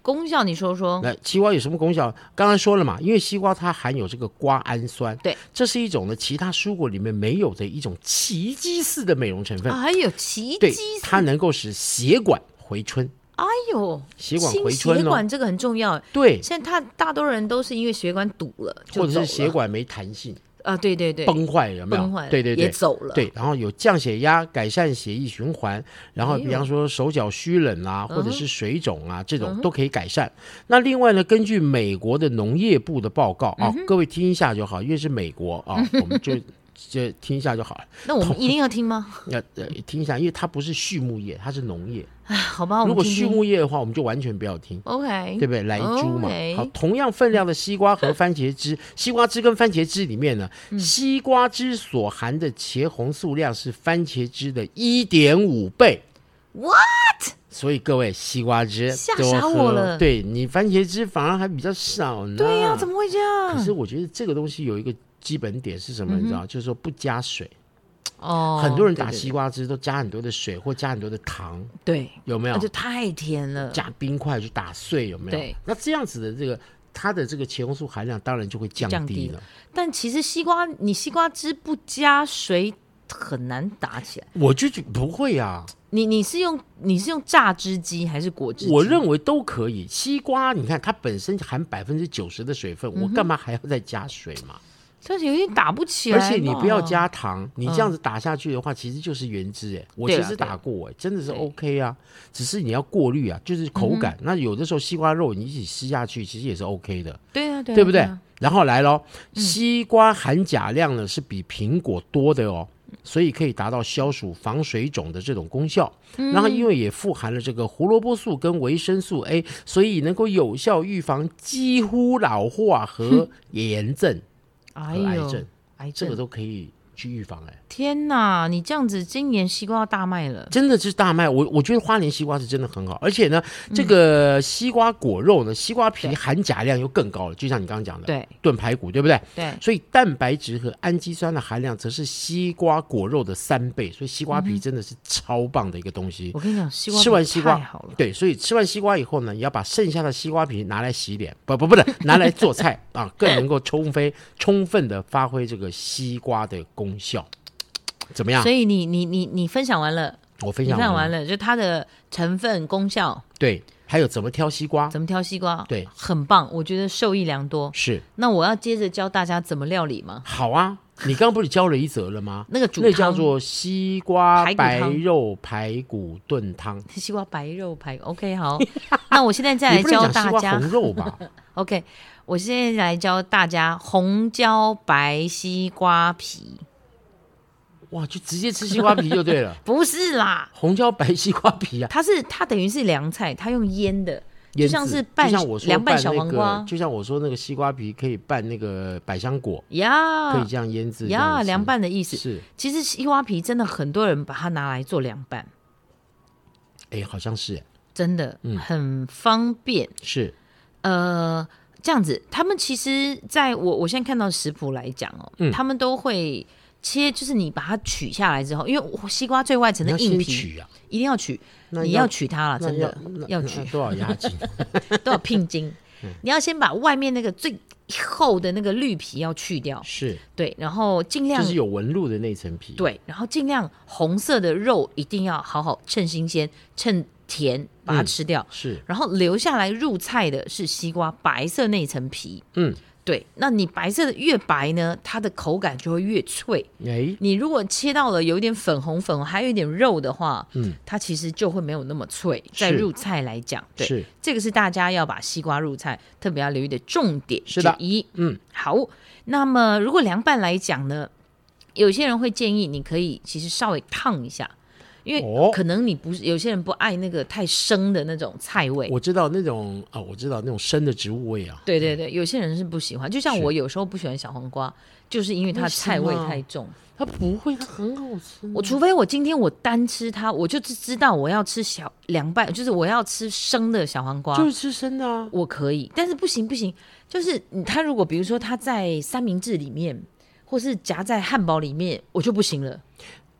S2: 功效你说说，
S1: 那西瓜有什么功效？刚刚说了嘛，因为西瓜它含有这个瓜氨酸，
S2: 对，
S1: 这是一种呢其他蔬果里面没有的一种奇迹似的美容成分，
S2: 啊还有奇
S1: 对
S2: 迹，
S1: 它能够使血管回春。
S2: 哎呦，
S1: 血管
S2: 清
S1: 回春
S2: 血
S1: 哦
S2: 管这个很重要。
S1: 对，
S2: 现在大大多人都是因为血管堵了，就
S1: 或者
S2: 走
S1: 是
S2: 了
S1: 血管没弹性
S2: 啊，对对对，
S1: 崩坏，有没有？
S2: 崩坏了，
S1: 对对
S2: 也
S1: 对。
S2: 走了，
S1: 对，然后有降血压、改善血液循环，然后
S2: 哎呦
S1: 比方说手脚虚冷啊，或者
S2: 嗯哼嗯
S1: 是水肿啊，这种都可以改善。那另外呢，根据美国的农业部的报
S2: 嗯
S1: 告啊，各位听一下就好，因为是美国 啊，我们就就听一下就好了。
S2: 那我们一定要 听吗？
S1: 要呃听一下，因为它不是畜牧业，它是农业。
S2: 哎，好吧，我
S1: 如
S2: 们
S1: 果
S2: 听
S1: 畜
S2: 听。
S1: 牧业的话，我们就完全不要听。
S2: OK，
S1: 对不对？莱
S2: 哦
S1: 猪嘛
S2: OK
S1: 好，同样分量的西瓜和番茄汁，西瓜汁跟番茄汁里面呢，
S2: 嗯
S1: 西瓜汁所含的茄红素量是番茄汁的一点五倍。
S2: What？
S1: 所以各位，西瓜汁
S2: 吓
S1: 多
S2: 傻
S1: 喝
S2: 我了
S1: 对你番茄汁反而还比较少呢。
S2: 对呀、怎么会这
S1: 啊可
S2: 样？嗯
S1: 是我觉得这个东西有一个基本点是什么？你知道，就是说不加水。
S2: 哦，
S1: 很多人
S2: 对
S1: 打西，瓜汁都加很多的水或加很多的糖，
S2: 对啊对，
S1: 有没有
S2: 那？就太甜了。
S1: 加冰块去打碎，有没有？
S2: 对。
S1: 那这样子的这个它的这个茄红素含量当然就会降
S2: 降低
S1: 低了。
S2: 但其实西瓜，你西瓜汁不加水很难打起来。
S1: 我就觉不会啊，
S2: 你你是用你是用榨汁机还是果汁机？
S1: 我认为都可以。西瓜你看它本身含百分之九十的水
S2: 嗯
S1: 分，我干嘛还要再加水嘛？
S2: 但是有点打不起来
S1: 而
S2: 嘛。
S1: 且你不要加糖，你这样子打下去的话，其实就是原汁哎、我
S2: 对啊
S1: 其实打过哎、真的是
S2: 对嗯
S1: OK 啊，只是你要过滤啊，就是口感。那有的时候西瓜肉你一起吃下去，其实也是 OK 的。
S2: 对啊，对啊，
S1: 对不对
S2: 啊？
S1: 然后来咯，
S2: 嗯
S1: 西瓜含钾量呢是比苹果多的哦，
S2: 嗯
S1: 所以可以达到消暑、防水肿的这种功效。
S2: 嗯
S1: 然后因为也富含了这个胡萝卜素跟维生素 A，所以能够有效预防肌肤老化和炎症，
S2: 哎
S1: 和癌
S2: 呦
S1: 症，
S2: 癌
S1: 这个
S2: 症！
S1: 都可以去预防哎。
S2: 天哪，你这样子，今年西瓜要大卖了。
S1: 真的是大卖。我我觉得花莲西瓜是真的很好，而且呢，这个西瓜果肉呢，西瓜皮
S2: 嗯对
S1: 含钾量又更高了，就像你刚刚讲的，
S2: 对
S1: 炖排骨，对不对？
S2: 对，
S1: 所以蛋白质和氨基酸的含量则是西瓜果肉的三倍，所以西
S2: 嗯
S1: 瓜皮真的是超棒的一个东西。
S2: 我跟你讲，西瓜
S1: 吃完西瓜
S2: 太好了，
S1: 对，所以吃完西瓜以后呢，也要把剩下的西瓜皮拿来洗脸，不不不是 拿来做菜啊，更能够充分充分的发挥这个西瓜的功效。怎么样
S2: 所？以你你你你分享完了，
S1: 我分
S2: 你
S1: 享
S2: 分享完
S1: 了，
S2: 了，就它的成分、功效，
S1: 对，还有怎么挑西瓜？
S2: 怎么挑西瓜，
S1: 对
S2: 很棒，我觉得受益良多。
S1: 是
S2: 那我要接着教大家怎么料理吗？
S1: 好啊，你刚刚不是教了一则了吗？
S2: 那个煮
S1: 那叫
S2: 汤
S1: 做西瓜
S2: 排骨
S1: 白
S2: 汤
S1: 肉排骨炖汤。
S2: 西瓜白肉排，OK，好。 那我现在再
S1: 你
S2: 来
S1: 不能
S2: 教
S1: 讲西
S2: 大
S1: 瓜
S2: 家
S1: 红肉吧？
S2: ，OK，我现在来教大家红椒白西瓜皮，。
S1: 哇，就直接吃西瓜皮就对了
S2: 不是啦，
S1: 红椒白西瓜皮啊，
S2: 它是它等于是凉菜，它用腌的，就
S1: 腌制
S2: 像是拌
S1: 就像我说
S2: 凉拌
S1: 那
S2: 小黄
S1: 个
S2: 瓜
S1: 就像我说那个西瓜皮可以拌那个百香果，可
S2: 呀
S1: 以这样腌制这样
S2: 啊呀，
S1: 吃
S2: 凉拌的意思。
S1: 是，
S2: 其实西瓜皮真的很多人把它拿来做凉拌，
S1: 哎，好像是
S2: 真的、
S1: 嗯
S2: 很方便。
S1: 是
S2: 呃，这样子，他们其实在我我现在看到食谱来讲哦，
S1: 嗯
S2: 他们都会切，就是你把它取下来之后，因为我西瓜最外层
S1: 你
S2: 的
S1: 要
S2: 硬
S1: 先
S2: 皮
S1: 取啊，
S2: 一定要取，
S1: 那
S2: 你
S1: 要
S2: 要取它了，
S1: 那
S2: 真的
S1: 那嗯
S2: 要
S1: 那
S2: 取，
S1: 多少押金？ 啊
S2: 都要聘金。你要先把外面那个最厚的那个绿皮要去掉，
S1: 是，
S2: 对，然后尽量
S1: 就是有纹路的那层皮。，
S2: 对，然后尽量红色的肉一定要好好趁新鲜、趁甜把它
S1: 嗯
S2: 吃掉，
S1: 是，
S2: 然后留下来入菜的是西瓜白色那层皮。
S1: 嗯，
S2: 对，那你白色的越白呢，它的口感就会越脆。
S1: 哎，
S2: 你如果切到了有一点粉红粉红，还有一点肉的话，
S1: 嗯，
S2: 它其实就会没有那么脆。
S1: 是
S2: 在入菜来讲，对，
S1: 是
S2: 这个是大家要把西瓜入菜特别要留意的重点之
S1: 是的
S2: 一。
S1: 嗯，
S2: 好，那么如果凉拌来讲呢，有些人会建议你可以其实稍微烫一下，因因为
S1: 哦
S2: 可能你不是有些人不爱那个太生的那种菜味。
S1: 我知道那种啊、我知道那种生的植物味啊，
S2: 对对对，有些人是不喜欢，就像我有时候不喜欢小黄瓜，就是因为它
S1: 为什
S2: 菜味
S1: 么
S2: 太重。
S1: 它不会，它很好吃啊。
S2: 我除非我今天我单吃它，我就只知道我要吃小凉拌，就是我要吃生的小黄瓜，
S1: 就是吃生的啊，
S2: 我可以。但是不行不行，就是你它如果比如说它在三明治里面，或是夹在汉堡里面，我就不行了。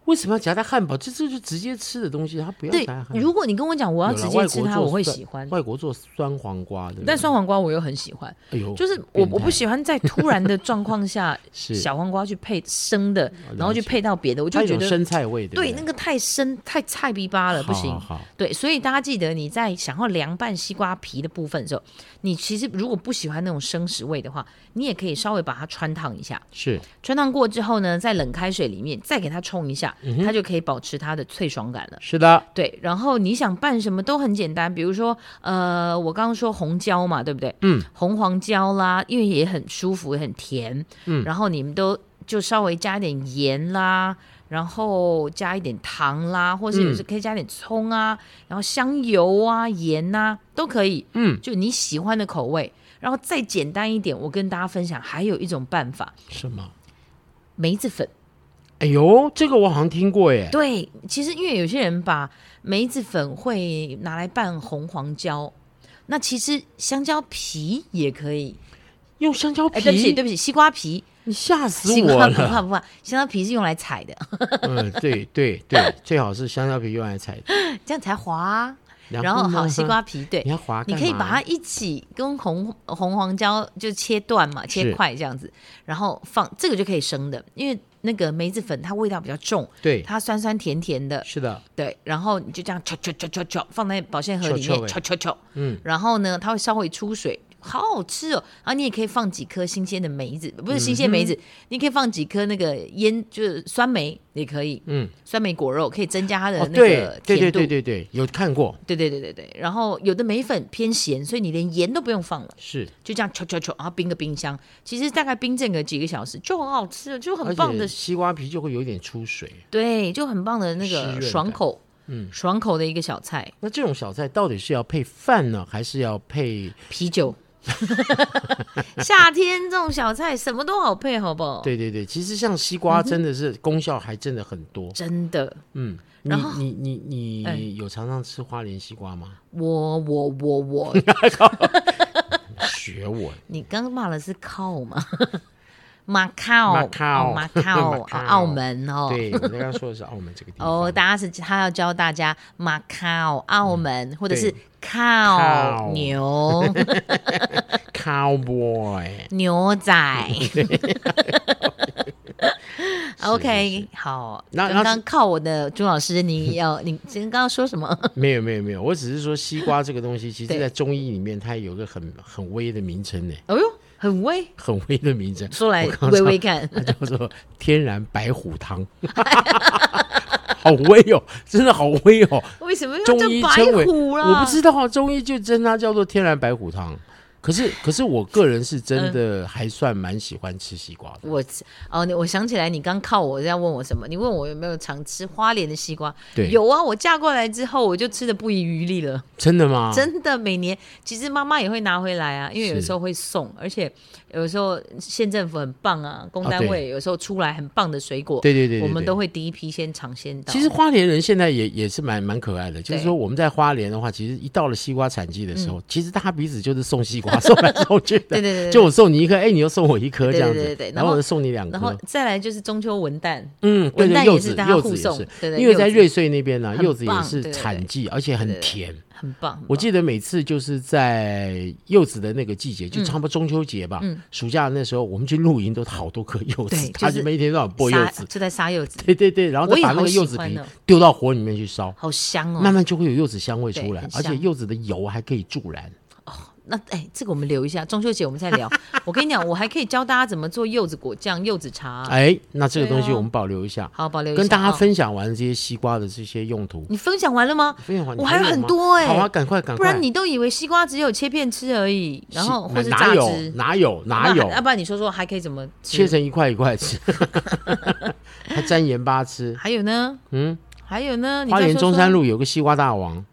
S1: 为什么要夹在汉堡？这这就直接吃的东西，它不要
S2: 对
S1: 夹在汉，堡。
S2: 如果你跟我讲我要
S1: 有啦
S2: 直
S1: 外
S2: 接
S1: 国
S2: 吃它，
S1: 做
S2: 我会
S1: 酸
S2: 喜欢。
S1: 外国做酸黄瓜的，
S2: 但酸黄瓜我又很喜欢，
S1: 哎呦，
S2: 就是我
S1: 变态，
S2: 我不喜欢在突然的状况下
S1: 是
S2: 小黄瓜去配生的，然后去配到别的，我
S1: 它
S2: 就
S1: 有
S2: 觉得
S1: 生菜味的，
S2: 对
S1: 不
S2: 那个太生太菜逼巴了，不行。
S1: 好好好
S2: 对，所以大家记得你在想要凉拌西瓜皮的部分的时候，你其实如果不喜欢那种生食味的话，你也可以稍微把它穿烫一下。
S1: 是
S2: 穿烫过之后呢，在冷开水里面再给它冲一下，它就可以保持它的脆爽感了。
S1: 是的，
S2: 对，然后你想拌什么都很简单，比如说，呃，我刚刚说红椒嘛，对不对？嗯，红黄椒啦，因为也很舒服，也很甜。嗯，然后你们都就稍微加一点盐啦，然后加一点糖啦，或是有时可以加点葱啊，然后香油啊、盐呐、都可以。
S1: 嗯，
S2: 就你喜欢的口味。然后再简单一点，我跟大家分享，还有一种办法，
S1: 什么？
S2: 梅子粉。
S1: 哎呦，这个我好像听过哎耶，
S2: 对，其实因为有些人把梅子粉会拿来拌红黄椒，那其实香蕉皮也可以。
S1: 用香蕉
S2: 哎，
S1: 皮，
S2: 对不起，对不起，西瓜皮，
S1: 你吓死
S2: 西
S1: 我
S2: 瓜不怕
S1: 了。
S2: 不怕，香蕉皮是用来踩的，
S1: 嗯，对对对， 最好是香蕉皮用来采的。
S2: 这样才滑啊。然
S1: 然
S2: 后
S1: 后
S2: 好，
S1: 呢
S2: 西瓜皮对
S1: 你，要划，
S2: 你可以把它一起跟红红黄椒就切断嘛，切
S1: 是
S2: 块这样子，然后放这个就可以生的，因为那个梅子粉它味道比较重，
S1: 对，
S2: 它酸酸甜甜的，
S1: 是的，
S2: 对，然后你就这样戳戳戳戳戳放在保鲜盒里
S1: 戳
S2: 面
S1: 戳欸
S2: 戳戳戳，
S1: 嗯，
S2: 然后呢，它会稍微出水，好好吃哦。然后你也可以放几颗新鲜的梅子，不是新鲜梅子，
S1: 嗯
S2: 你可以放几颗那个腌，就是酸梅也可以，
S1: 嗯，
S2: 酸梅果肉可以增加它的
S1: 哦，
S2: 那个
S1: 对对
S2: 甜
S1: 对
S2: 度，
S1: 对对对，有看过，
S2: 对对对对对然后有的梅粉偏咸，所以你连盐都不用放了。
S1: 是
S2: 就这样戳戳戳，然后冰个冰箱，其实大概冰镇个几个小时就很好吃了，就
S1: 而
S2: 很棒
S1: 且
S2: 的
S1: 西瓜皮就会有点出水。
S2: 对，就很棒的那
S1: 湿
S2: 个
S1: 润
S2: 爽
S1: 感
S2: 口，嗯，爽口的一个小菜，
S1: 那这种小菜到底是要配饭呢，还是要配？
S2: 啤 酒。夏天这种小菜什么都好配，好不好？，
S1: 对对对，其实像西
S2: 嗯
S1: 瓜真的是功效还真的很多。
S2: 真的，
S1: 嗯，你
S2: 然后
S1: 你你
S2: 哎
S1: 你有常常吃花莲西瓜 吗？
S2: 我我我 我，
S1: 学我，
S2: 你刚刚骂的是靠吗？ 马靠，
S1: 马靠
S2: 哦马靠，
S1: 马
S2: 哦
S1: 靠
S2: 澳门哦。
S1: 对我刚刚说的是澳门这个地
S2: 哦，
S1: 方。
S2: 大家是他要教大家马靠澳门，或者是
S1: 嗯对
S2: 靠
S1: 靠
S2: 牛
S1: Cowboy，
S2: 牛仔。
S1: 是
S2: OK，好，
S1: 那
S2: 刚
S1: 那
S2: 刚
S1: 是
S2: 靠我的朱老师，你要你刚刚说 什么？
S1: 没有没有没有，我只是说西瓜这个东西，其
S2: 对
S1: 实在中医里面它有个很很微的名称呢，
S2: 哦呦，很威，
S1: 哎很微的名 称，
S2: 说来
S1: 我刚
S2: 微微看。
S1: 它叫做天然白虎汤， 好微哦，真的好微哦。
S2: 为什么要
S1: 中
S2: 叫
S1: 医称
S2: 白
S1: 为
S2: 虎啦？
S1: 我不知道啊，中医就称它叫做天然白虎汤。可是，可是我个人是
S2: 嗯
S1: 真的还算蛮喜欢吃西瓜的。
S2: 我哦，你我想起来，你刚靠我在问我什么？你问我有没有常吃花莲的西瓜？
S1: 对
S2: 有啊，我嫁过来之后，我就吃的不遗余力了，
S1: 真的吗？
S2: 真的。每年其实妈妈也会拿回来啊，因为有
S1: 啊是
S2: 时候会送，而且有时候县政府很棒啊，公
S1: 啊
S2: 单
S1: 对
S2: 位有时候出来很棒的水果，
S1: 对对对对
S2: 我们
S1: 对
S2: 都会第一批先尝先到。
S1: 其实花莲人现在也也是蛮蛮可爱的，就是
S2: 对嗯
S1: 说我们在花莲的话，其实一到了西瓜产季的时候，其实大家彼此就是送西瓜， 送来送去的。
S2: 对对对对
S1: 就我送你一颗，哎，你又送我一颗
S2: 对对
S1: 这样子，
S2: 对对对然
S1: 然
S2: 后
S1: 后我又送你两
S2: 然后
S1: 颗。
S2: 再来就是中秋文旦，
S1: 嗯，对
S2: 文旦
S1: 对，
S2: 也
S1: 柚
S2: 是
S1: 子
S2: 大家
S1: 柚
S2: 互
S1: 子也
S2: 送
S1: 是
S2: 对，对
S1: 因为在
S2: 柚子
S1: 瑞穗那边呢，
S2: 很
S1: 柚子也
S2: 棒
S1: 是
S2: 对对
S1: 产
S2: 对
S1: 季，而且
S2: 对对
S1: 很
S2: 对
S1: 甜。
S2: 很棒。
S1: 我记得每次就是在柚子的那个季节，
S2: 嗯
S1: 就差不多中秋节吧，暑假那时候我们去露营都好多颗柚子，
S2: 对就是
S1: 他就每天都想剥柚
S2: 杀
S1: 子，
S2: 就在杀柚子，
S1: 对对对，然后
S2: 我
S1: 再
S2: 也
S1: 把那
S2: 好
S1: 个柚
S2: 喜
S1: 子
S2: 欢
S1: 皮
S2: 哦
S1: 丢到火里面去烧，
S2: 好香哦。
S1: 慢慢就会有柚子香味出
S2: 对
S1: 来
S2: 很，
S1: 而且
S2: 香
S1: 柚子的油还可以助燃。
S2: 那哎、这个我们留一下，中秋节我们再 聊。我跟你讲，我还可以教大家怎么做柚子果酱、柚子茶。
S1: 哎，那这个
S2: 对啊
S1: 东西我们保留一下，
S2: 好，保留一下
S1: 跟大家、
S2: 哦。
S1: 分享完这些西瓜的这些用途。
S2: 你分享完了吗？
S1: 分享完
S2: 我
S1: 你
S2: 还有
S1: 吗
S2: 很多哎
S1: 好啊，赶快赶快，
S2: 不然你都以为西瓜只有切片吃而已，然后
S1: 西
S2: 或是
S1: 哪
S2: 榨
S1: 有
S2: 汁，
S1: 哪有哪
S2: 那啊
S1: 有
S2: 还要不然你说说还可以怎么 吃
S1: 切成一块一块吃，还沾盐巴吃。
S2: 还有呢？
S1: 嗯，
S2: 还有呢，你再
S1: 花莲
S2: 说
S1: 中
S2: 说
S1: 山，路有个西瓜大王，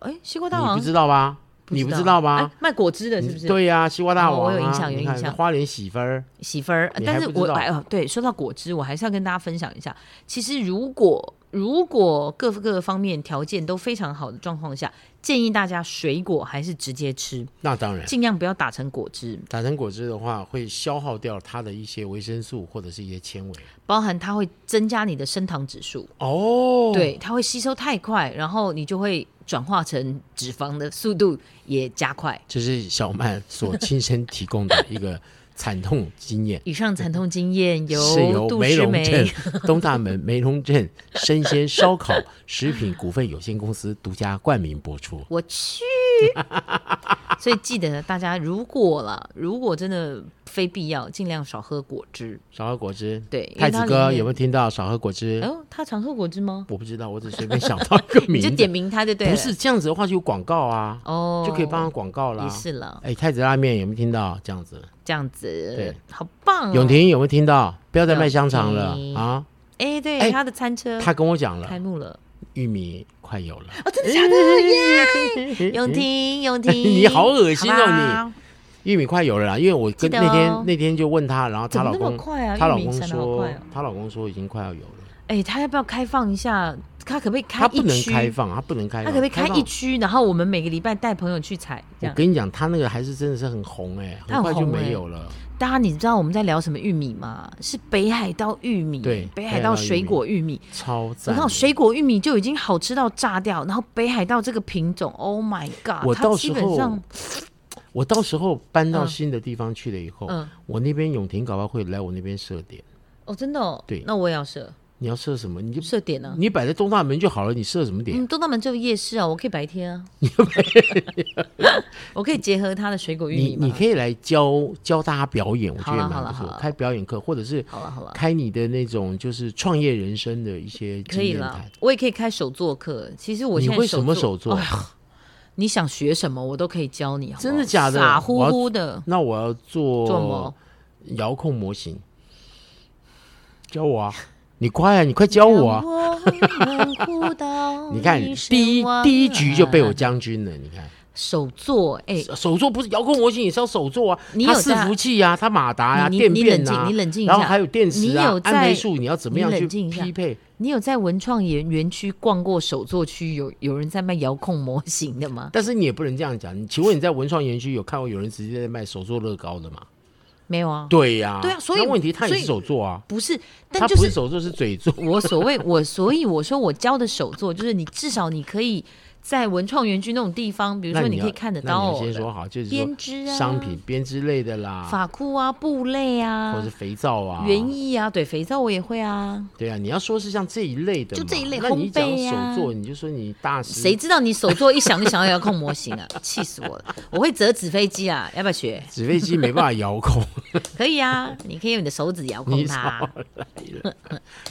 S2: 哎，西瓜大
S1: 你
S2: 王
S1: 不知道吧？你不知道吧
S2: 哎？卖果汁的是不是？
S1: 你，对呀、西瓜大王、啊
S2: 哦我有印象有
S1: 你看
S2: 印象
S1: 花莲喜分儿，
S2: 媳妇儿。
S1: 你还
S2: 但是
S1: 不知
S2: 我
S1: 道
S2: 哎、哦，对，说到果汁，我还是要跟大家分享一下。其实如果如果各个方面条件都非常好的状况下，建议大家水果还是直接吃，
S1: 那当然。
S2: 尽量不要打成果汁，
S1: 打成果汁的话，会消耗掉它的一些维生素或者是一些纤维。
S2: 包含它会增加你的升糖指数。
S1: 哦，
S2: 对，它会吸收太快，然后你就会转化成脂肪的速度也加快。
S1: 这是小曼所亲身提供的一 个惨痛经验，
S2: 以上惨痛经验
S1: 是由
S2: 由杜
S1: 梅
S2: 诗
S1: 龙镇
S2: 梅
S1: 东大门梅龙镇生鲜烧烤食品股份有限公司独家冠名播出。
S2: 我去。 所以记得大家，如果啦，如果真的非必要，尽量少喝果汁。
S1: 少喝果汁，
S2: 对因
S1: 太
S2: 为它
S1: 子
S2: 里
S1: 哥
S2: 面
S1: 有没有听到？少喝果汁，
S2: 哦，他常喝果汁吗？
S1: 我不知道，我只随便想到一个
S2: 你
S1: 名字，
S2: 就点名他就对了。
S1: 不是这样子的话就有广告啊，
S2: 哦，
S1: 就可以帮他广告啦。
S2: 也是了，
S1: 哎，太子拉面有没有听到？这样子，
S2: 这样子，
S1: 对，
S2: 好棒、哦。
S1: 永，婷有没有听到？不要再卖香肠了
S2: 永婷
S1: 啊！
S2: 哎，对，
S1: 哎
S2: 他的餐车
S1: 他跟我讲
S2: 开
S1: 了，
S2: 幕了。
S1: 玉米快有了。
S2: 哦，真的假 的？耶！永婷，永婷，
S1: 嗯你好恶心哦
S2: 好吧
S1: 玉米快有了啦，因为我跟
S2: 记得哦
S1: 那天那天就问她，然后她
S2: 怎么
S1: 老
S2: 那么
S1: 公，
S2: 快啊？
S1: 她老
S2: 玉
S1: 公
S2: 米产得好
S1: 说
S2: 快哦，
S1: 她老公说已经快要有了，
S2: 哎，他要不要开放一下？他可不可以开
S1: 她
S2: 一
S1: 不能
S2: 区
S1: 开放，她不能开
S2: 他
S1: 放，
S2: 可不可以开
S1: 放
S2: 一区？然后我们每个礼拜带朋友去采，
S1: 我
S2: 这样。
S1: 跟你讲，她那个还是真的是很红哎，
S2: 她很
S1: 快就
S2: 红哎
S1: 没有了。
S2: 大家你知道我们在聊什么玉米吗？是北海道玉米，
S1: 对
S2: 北海道水果玉米。
S1: 超
S2: 你
S1: 赞
S2: 看
S1: 的！
S2: 水果玉米就已经好吃到炸掉，然后北海道这个品种，Oh my god！
S1: 我
S2: 它
S1: 到
S2: 基
S1: 时
S2: 本
S1: 候
S2: 上，
S1: 我到时候搬到
S2: 嗯
S1: 新的地方去了以后，
S2: 嗯，
S1: 我那边永婷搞不好会来我那边设点。
S2: 哦，真的哦，
S1: 对
S2: 那我也要设
S1: 你要设什么？你就
S2: 设点呢。
S1: 你摆在东大门就好了，你设什么点？
S2: 嗯，东大门只有夜市啊，我可以白 天啊，我可以结合它的水果玉
S1: 你
S2: 米嘛。
S1: 你可以来教教大家表演，我觉得也
S2: 好
S1: 蛮
S2: 了
S1: 不
S2: 好
S1: 错
S2: 了好。了
S1: 开表演课，或者是
S2: 好了好了，
S1: 开你的那种就是创业人生的一些
S2: 可
S1: 经
S2: 以
S1: 验
S2: 了
S1: 谈。，
S2: 我也可以开手作课。其实我
S1: 你
S2: 现在
S1: 会什么
S2: 手哎
S1: 手作？
S2: 你想学什么，我都可以教你，好不好
S1: 真的假的
S2: 傻乎乎的，
S1: 那我要
S2: 做么
S1: 做遥控模型，教我 啊！你快啊！你快教我啊！
S2: 啊
S1: 你看第一第一局就被我将军了，你看。
S2: 手作，哎、
S1: 手座不是遥控模型，也是要手座啊，
S2: 你
S1: 它
S2: 有
S1: 伺
S2: 在
S1: 服器啊，它马达啊，
S2: 你
S1: 电
S2: 你
S1: 变啊，
S2: 你冷静你冷静一下
S1: 然后还有电池
S2: 你
S1: 啊
S2: 有，在
S1: 安培数你要怎么样
S2: 你
S1: 去
S2: 冷静一下
S1: 匹配？
S2: 你有在文创园园区逛过手作区，有有人在卖遥控模型的吗？
S1: 但是你也不能这样讲。你请问你在文创园区有看过有人直接在卖手做乐高的吗？
S2: 没有啊，
S1: 对呀、
S2: 对啊所以
S1: 那问题它也
S2: 所以
S1: 是手做啊，
S2: 不是，但
S1: 它
S2: 就
S1: 不是
S2: 是
S1: 手做是嘴做。
S2: 我所谓 我，所以我说我教的手作，就是你至少你可以在文创园区那种地方，比如
S1: 那
S2: 说
S1: 你要
S2: 可以看得
S1: 那你
S2: 到
S1: 要先说好，就是
S2: 编织
S1: 说
S2: 啊
S1: 商品编织类的啦，
S2: 发箍啊、布类
S1: 或者
S2: 啊
S1: 是、肥皂啊，
S2: 园艺啊，对，肥皂我也会啊。
S1: 对啊，你要说是像这一类的嘛，
S2: 就这一类
S1: 那你
S2: 烘
S1: 讲
S2: 焙啊
S1: 手做，你就说你大师
S2: 谁知道你手作一想就想要遥控模型啊？ 气死我了！我会折纸飞机啊，要不要学？
S1: 纸飞机没办法遥控。
S2: 可以啊，你可以用你的手指遥控
S1: 你
S2: 它啊。
S1: 少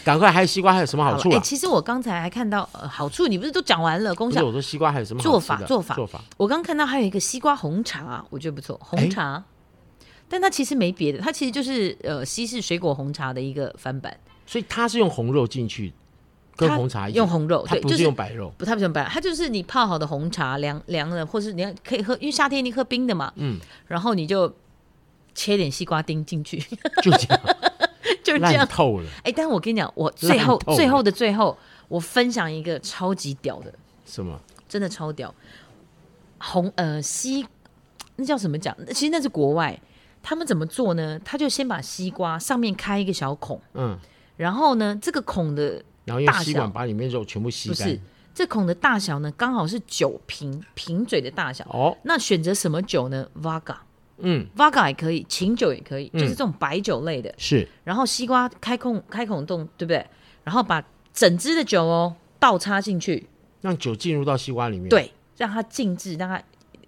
S1: 赶快，还有西瓜还有什么好处
S2: 哎、
S1: 啊？
S2: 其实我刚才还看到、呃、好处，你不是都讲完了功
S1: 不是
S2: 效？
S1: 我说西瓜还有什么好
S2: 做
S1: 吃
S2: 法
S1: 的
S2: 做法
S1: 做法，
S2: 我刚看到还有一个西瓜红茶，我觉得不错，红茶。
S1: 哎
S2: 但它其实没别的，它其实就是呃西式水果红茶的一个翻版，
S1: 所以它是用红肉进去，跟
S2: 它
S1: 红茶一起
S2: 用，红肉，
S1: 它
S2: 对，
S1: 不
S2: 就是
S1: 用
S2: 是
S1: 白肉。
S2: 不太不用白，它就是你泡好的红茶凉凉了，或是你要可以喝，因为夏天你喝冰的嘛，
S1: 嗯，
S2: 然后你就切点西瓜丁进去，
S1: 就这样
S2: 就是这样
S1: 烂。透了，
S2: 哎、但我跟你讲，我
S1: 烂
S2: 最后
S1: 透了
S2: 最后的最后，我分享一个超级屌的，
S1: 什么？
S2: 真的超屌。红呃西，那叫什么讲？其实那是国外，他们怎么做呢？他就先把西瓜上面开一个小孔，
S1: 嗯，
S2: 然后呢，这个孔的
S1: 然后用
S2: 大小
S1: 吸管把里面肉全部吸
S2: 不
S1: 干
S2: 是。这孔的大小呢，刚好是酒瓶瓶嘴的大小。
S1: 哦，
S2: 那选择什么酒呢？Vaga，Vaga
S1: 嗯，
S2: 也可以，琴酒也可以，就是这种白酒类的。
S1: 是
S2: 然后西瓜开孔开孔洞，对不对？然后把整支的酒哦倒插进去，
S1: 让酒进入到西瓜里面。，
S2: 对，让它静置，让它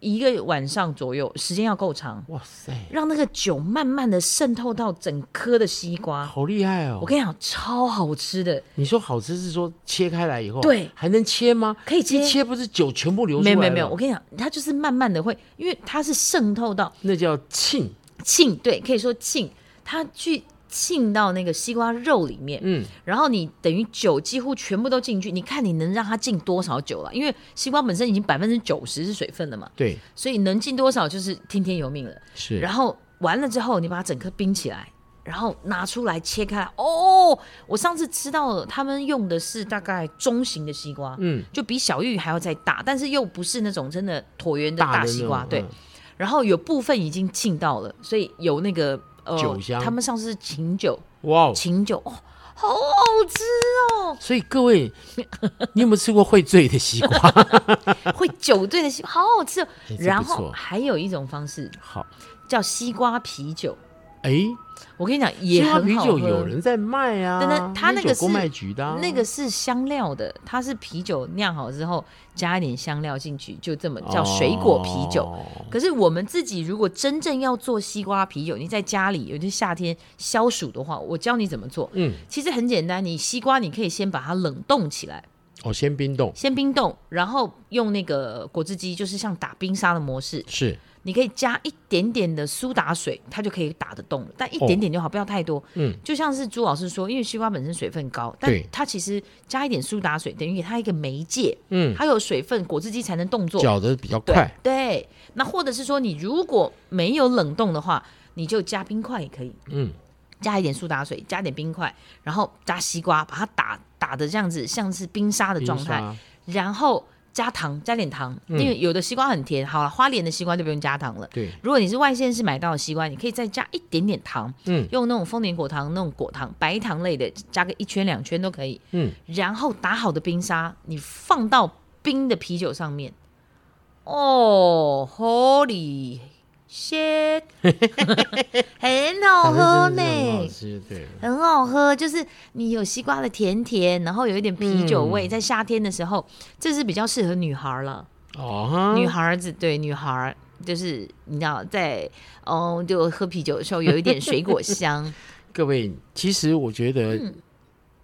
S2: 一个晚上左右，时间要够长，
S1: 哇塞，
S2: 让那个酒慢慢的渗透到整颗的西瓜。
S1: 好厉害
S2: 我
S1: 哦！
S2: 跟你讲，超好吃的，
S1: 你说好吃是说切开来以后，
S2: 对
S1: 还能切吗？
S2: 可以
S1: 一
S2: 切。
S1: 切不是酒全部流出
S2: 没
S1: 来
S2: 有
S1: 了？
S2: 没有没有，我跟你讲，它就是慢慢的会，因为它是渗透到
S1: 那叫沁。
S2: 沁，对，可以说沁，它去浸到那个西瓜肉里面，
S1: 嗯，
S2: 然后你等于酒几乎全部都进去，你看你能让它进多少酒了？因为西瓜本身已经百分之九十是水分了嘛，
S1: 对，
S2: 所以能进多少就是听天由命了。
S1: 是，
S2: 然后完了之后，你把它整颗冰起来，然后拿出来切开来。哦，我上次吃到了，他们用的是大概中型的西瓜，
S1: 嗯，
S2: 就比小玉还要再大，但是又不是那种真的椭圆的
S1: 大的
S2: 大
S1: 那
S2: 西瓜，
S1: 种
S2: 对。
S1: 嗯
S2: 然后有部分已经浸到了，所以有那个呃
S1: 酒香
S2: 他们上次是琴酒，
S1: 哇哦，
S2: 琴酒哦，好好吃哦，
S1: 所以各位，你有没有吃过会醉的西瓜？
S2: 会酒醉的西，好好吃哦。
S1: 哎这不
S2: 然
S1: 错
S2: 后还有一种方式
S1: 好，
S2: 叫西瓜啤酒，
S1: 哎，
S2: 我跟你讲也
S1: 西瓜
S2: 很
S1: 啤
S2: 好
S1: 酒
S2: 喝
S1: 有人在卖啊，
S2: 但是它那个
S1: 酒公
S2: 是
S1: 卖局的啊，
S2: 那个是香料的，它是啤酒酿好之后加一点香料进去，就这么
S1: 哦
S2: 叫水果啤酒。可是我们自己如果真正要做西瓜啤酒，你在家里，尤其夏天消暑的话，我教你怎么做。
S1: 嗯，
S2: 其实很简单，你西瓜你可以先把它冷冻起来，
S1: 哦，先冰冻
S2: 先冰冻，然后用那个果汁机，就是像打冰沙的模式，
S1: 是
S2: 你可以加一点点的苏打水，它就可以打得动了，但一
S1: 哦
S2: 点点就好，不要太多。
S1: 嗯，
S2: 就像是朱老师说，因为西瓜本身水分高，但
S1: 对
S2: 它其实加一点苏打水，等于给它一个媒介，
S1: 嗯，
S2: 它有水分，果汁机才能动作。
S1: 搅的比较
S2: 对
S1: 快，
S2: 对，那或者是说，你如果没有冷冻的话，你就加冰块也可以，
S1: 嗯，
S2: 加一点苏打水，加点冰块，然后加西瓜，把它打打的这样子，像是冰沙的
S1: 冰
S2: 状态，
S1: 沙嗯
S2: 然后加糖，加点糖，因为有的西瓜很甜，好了，花莲的西瓜就不用加糖了。
S1: 对，
S2: 如果你是外县市买到的西瓜，你可以再加一点点糖，
S1: 嗯，
S2: 用那种丰年果糖、那种果糖、白糖类的，加个一圈两圈都可以。
S1: 嗯，
S2: 然后打好的冰沙，你放到冰的啤酒上面。哦，Holy shit，很好喝
S1: 反正真的是很好
S2: 呢。
S1: 吃，对，
S2: 很好喝，就是你有西瓜的甜甜，然后有一点啤酒味，在夏天的时候，这是比较适合女孩儿了。
S1: 哦哈，
S2: 女孩儿子对女孩儿，就是你知道，在哦，就喝啤酒的时候有一点水果 香，
S1: 各位，其实我觉得
S2: 嗯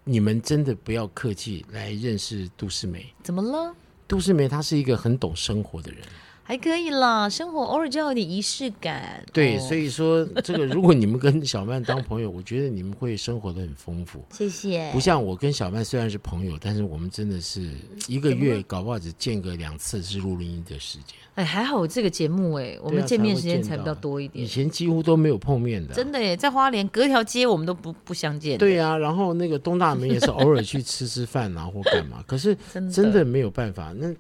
S1: 你们真的不要客气来认识杜世梅。
S2: 怎么了？
S1: 杜世梅她是一个很懂生活的人，
S2: 还可以啦，生活偶尔就要有点仪式感。
S1: 对，
S2: 哦
S1: 所以说这个如果你们跟小曼当朋友，我觉得你们会生活的很丰富。
S2: 谢谢
S1: 不。像我跟小曼虽然是朋友，但是我们真的是一个月搞不好只见个两次是录音的时间，
S2: 哎，还好有这个节目哎，我
S1: 对
S2: 们
S1: 啊
S2: 见面
S1: 才会
S2: 时间
S1: 见
S2: 才比
S1: 到
S2: 较多一
S1: 以
S2: 点，
S1: 前几乎都没有碰面的。
S2: 真的哎，在花莲隔条街我们都不不相见。
S1: 对呀、然后那个东大门也是偶尔去吃吃饭啊，或干嘛。可是
S2: 真的
S1: 真的没有办法，那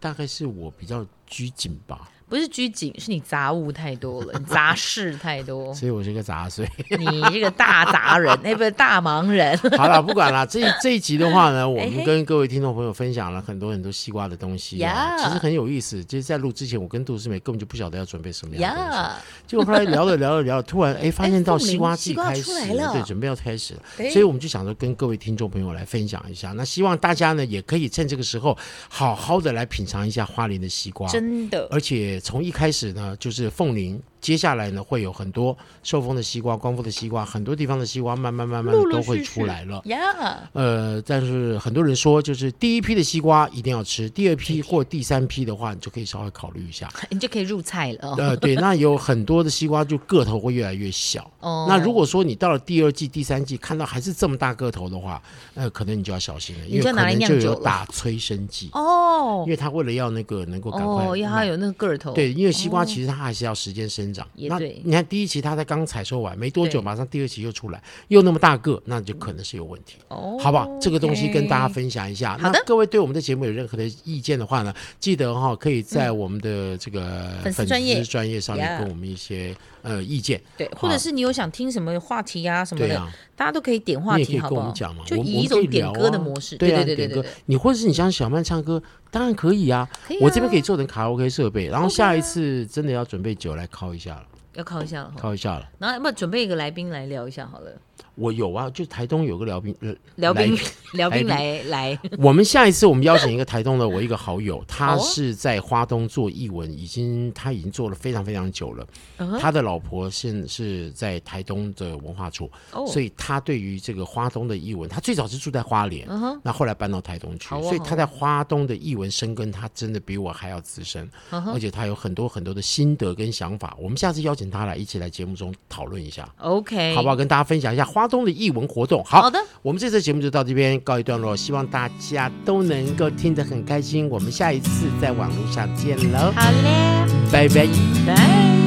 S1: 大概是我比较拘谨吧，
S2: 不是拘谨，是你杂物太多 了，你杂事太多。
S1: 所以我是个杂碎。
S2: 你这个大杂人，哎，不是大忙人，
S1: 好了，不管了。这一这一集的话呢，我
S2: 哎
S1: 们
S2: 嘿
S1: 跟各位听众朋友分享了很多很多西瓜的东西、啊，
S2: Yeah
S1: 其实很有意思。就是在录之前，我跟杜思美根 本就不晓得要准备什么样的东西。
S2: 呀、
S1: 结果后来聊着聊着聊着， 突然哎发现到
S2: 凤
S1: 西
S2: 梨
S1: 瓜
S2: 西
S1: 季
S2: 瓜
S1: 开
S2: 出
S1: 始
S2: 来了
S1: 对，准备要开始了，
S2: 哎
S1: 所以我们就想着跟各位听众朋友来分享一下。那希望大家呢也可以趁这个时候好好的来品尝一下花莲的西瓜，
S2: 真 的，
S1: 而且从一开始呢，就是凤林，接下来呢会有很多寿丰的西瓜、光复的西瓜，很多地方的西瓜慢慢慢慢的
S2: 陆陆
S1: 都会
S2: 续
S1: 出
S2: 续
S1: 来了。
S2: 呀，
S1: 呃，但是很多人说，就是第一批的西瓜一定要吃，第二批或第三批的话，你就可以稍微考虑一下。
S2: 你就可以入菜 了哦。
S1: 呃，对，那有很多的西瓜就个头会越来越小。
S2: 哦
S1: 那如果说你到了第二季、第三季看到还是这么大个头的话，呃，可能你就要小心了，因
S2: 你
S1: 为
S2: 就
S1: 可
S2: 拿来
S1: 能
S2: 酿
S1: 就
S2: 酒
S1: 有
S2: 了
S1: 打催生剂，
S2: 哦
S1: 因为它为了要那个能够赶快
S2: 哦，因为它
S1: 卖
S2: 有那个个头，
S1: 对，因为西瓜其实它还是要时间生长。
S2: 也
S1: 那
S2: 对
S1: 你看第一期它才刚采收完没多久，
S2: 对
S1: 马上第二期又出来，又那么大个，那就可能是有问题。
S2: 哦，
S1: 好吧，这个东西跟大家分享一下。
S2: 好的
S1: 那各位对我们的节目有任何的意见的话呢，记得哈、可以在我们的这个
S2: 粉丝专页
S1: 粉丝专业上面
S2: Yeah
S1: 跟我们一些呃意见。
S2: 对，或者是你有想听什么话题啊什么
S1: 对
S2: 的，
S1: 啊，
S2: 大家都可以点话
S1: 你也可
S2: 题，
S1: 以
S2: 好
S1: 跟
S2: 不
S1: 我
S2: 好
S1: 们讲嘛？，
S2: 就
S1: 我
S2: 以
S1: 我们
S2: 一
S1: 可
S2: 种
S1: 聊
S2: 点
S1: 啊
S2: 歌的模式，
S1: 对啊，
S2: 对对
S1: 点
S2: 对
S1: 歌
S2: 对，。
S1: 你或者是你像小曼唱歌，当然可以啊。
S2: 可以
S1: 我这边
S2: 啊
S1: 可以做成卡拉 OK 设备，然后
S2: OK
S1: 下一
S2: 啊
S1: 次真的要准备酒来敲一下了，
S2: 要靠一下了哈，
S1: 敲一下了。
S2: 然后要不要准备一个来宾来聊一下好了？
S1: 我有啊，就台东有个聊宾，呃
S2: 聊
S1: 来
S2: 宾
S1: 宾，
S2: 聊宾
S1: 来
S2: 来来，
S1: 我们下一次我们邀请一个台东的我一个好 友，他
S2: 好啊
S1: 是在花东做译文，已经他已经做了非常非常久了。
S2: 嗯哼
S1: 他的老婆现是在台东的文化处，
S2: 哦，
S1: 所以他对于这个花东的译文，他最早是住在花莲。
S2: 嗯哼，
S1: 那后来搬到台东去，
S2: 好啊
S1: 所以
S2: 好啊
S1: 他在花东的译文生根，他真的比我还要资深，
S2: 嗯
S1: 而且他有很多很多的心得跟想法。我们下次邀请他来一起来节目中讨论一下，
S2: ，OK，
S1: 好不好？跟大家分享一下花东的艺文活动。好，
S2: 好的，
S1: 我们这次节目就到这边告一段落，希望大家都能够听得很开心。我们下一次在网络上见喽，
S2: 好嘞，
S1: 拜拜。
S2: 拜。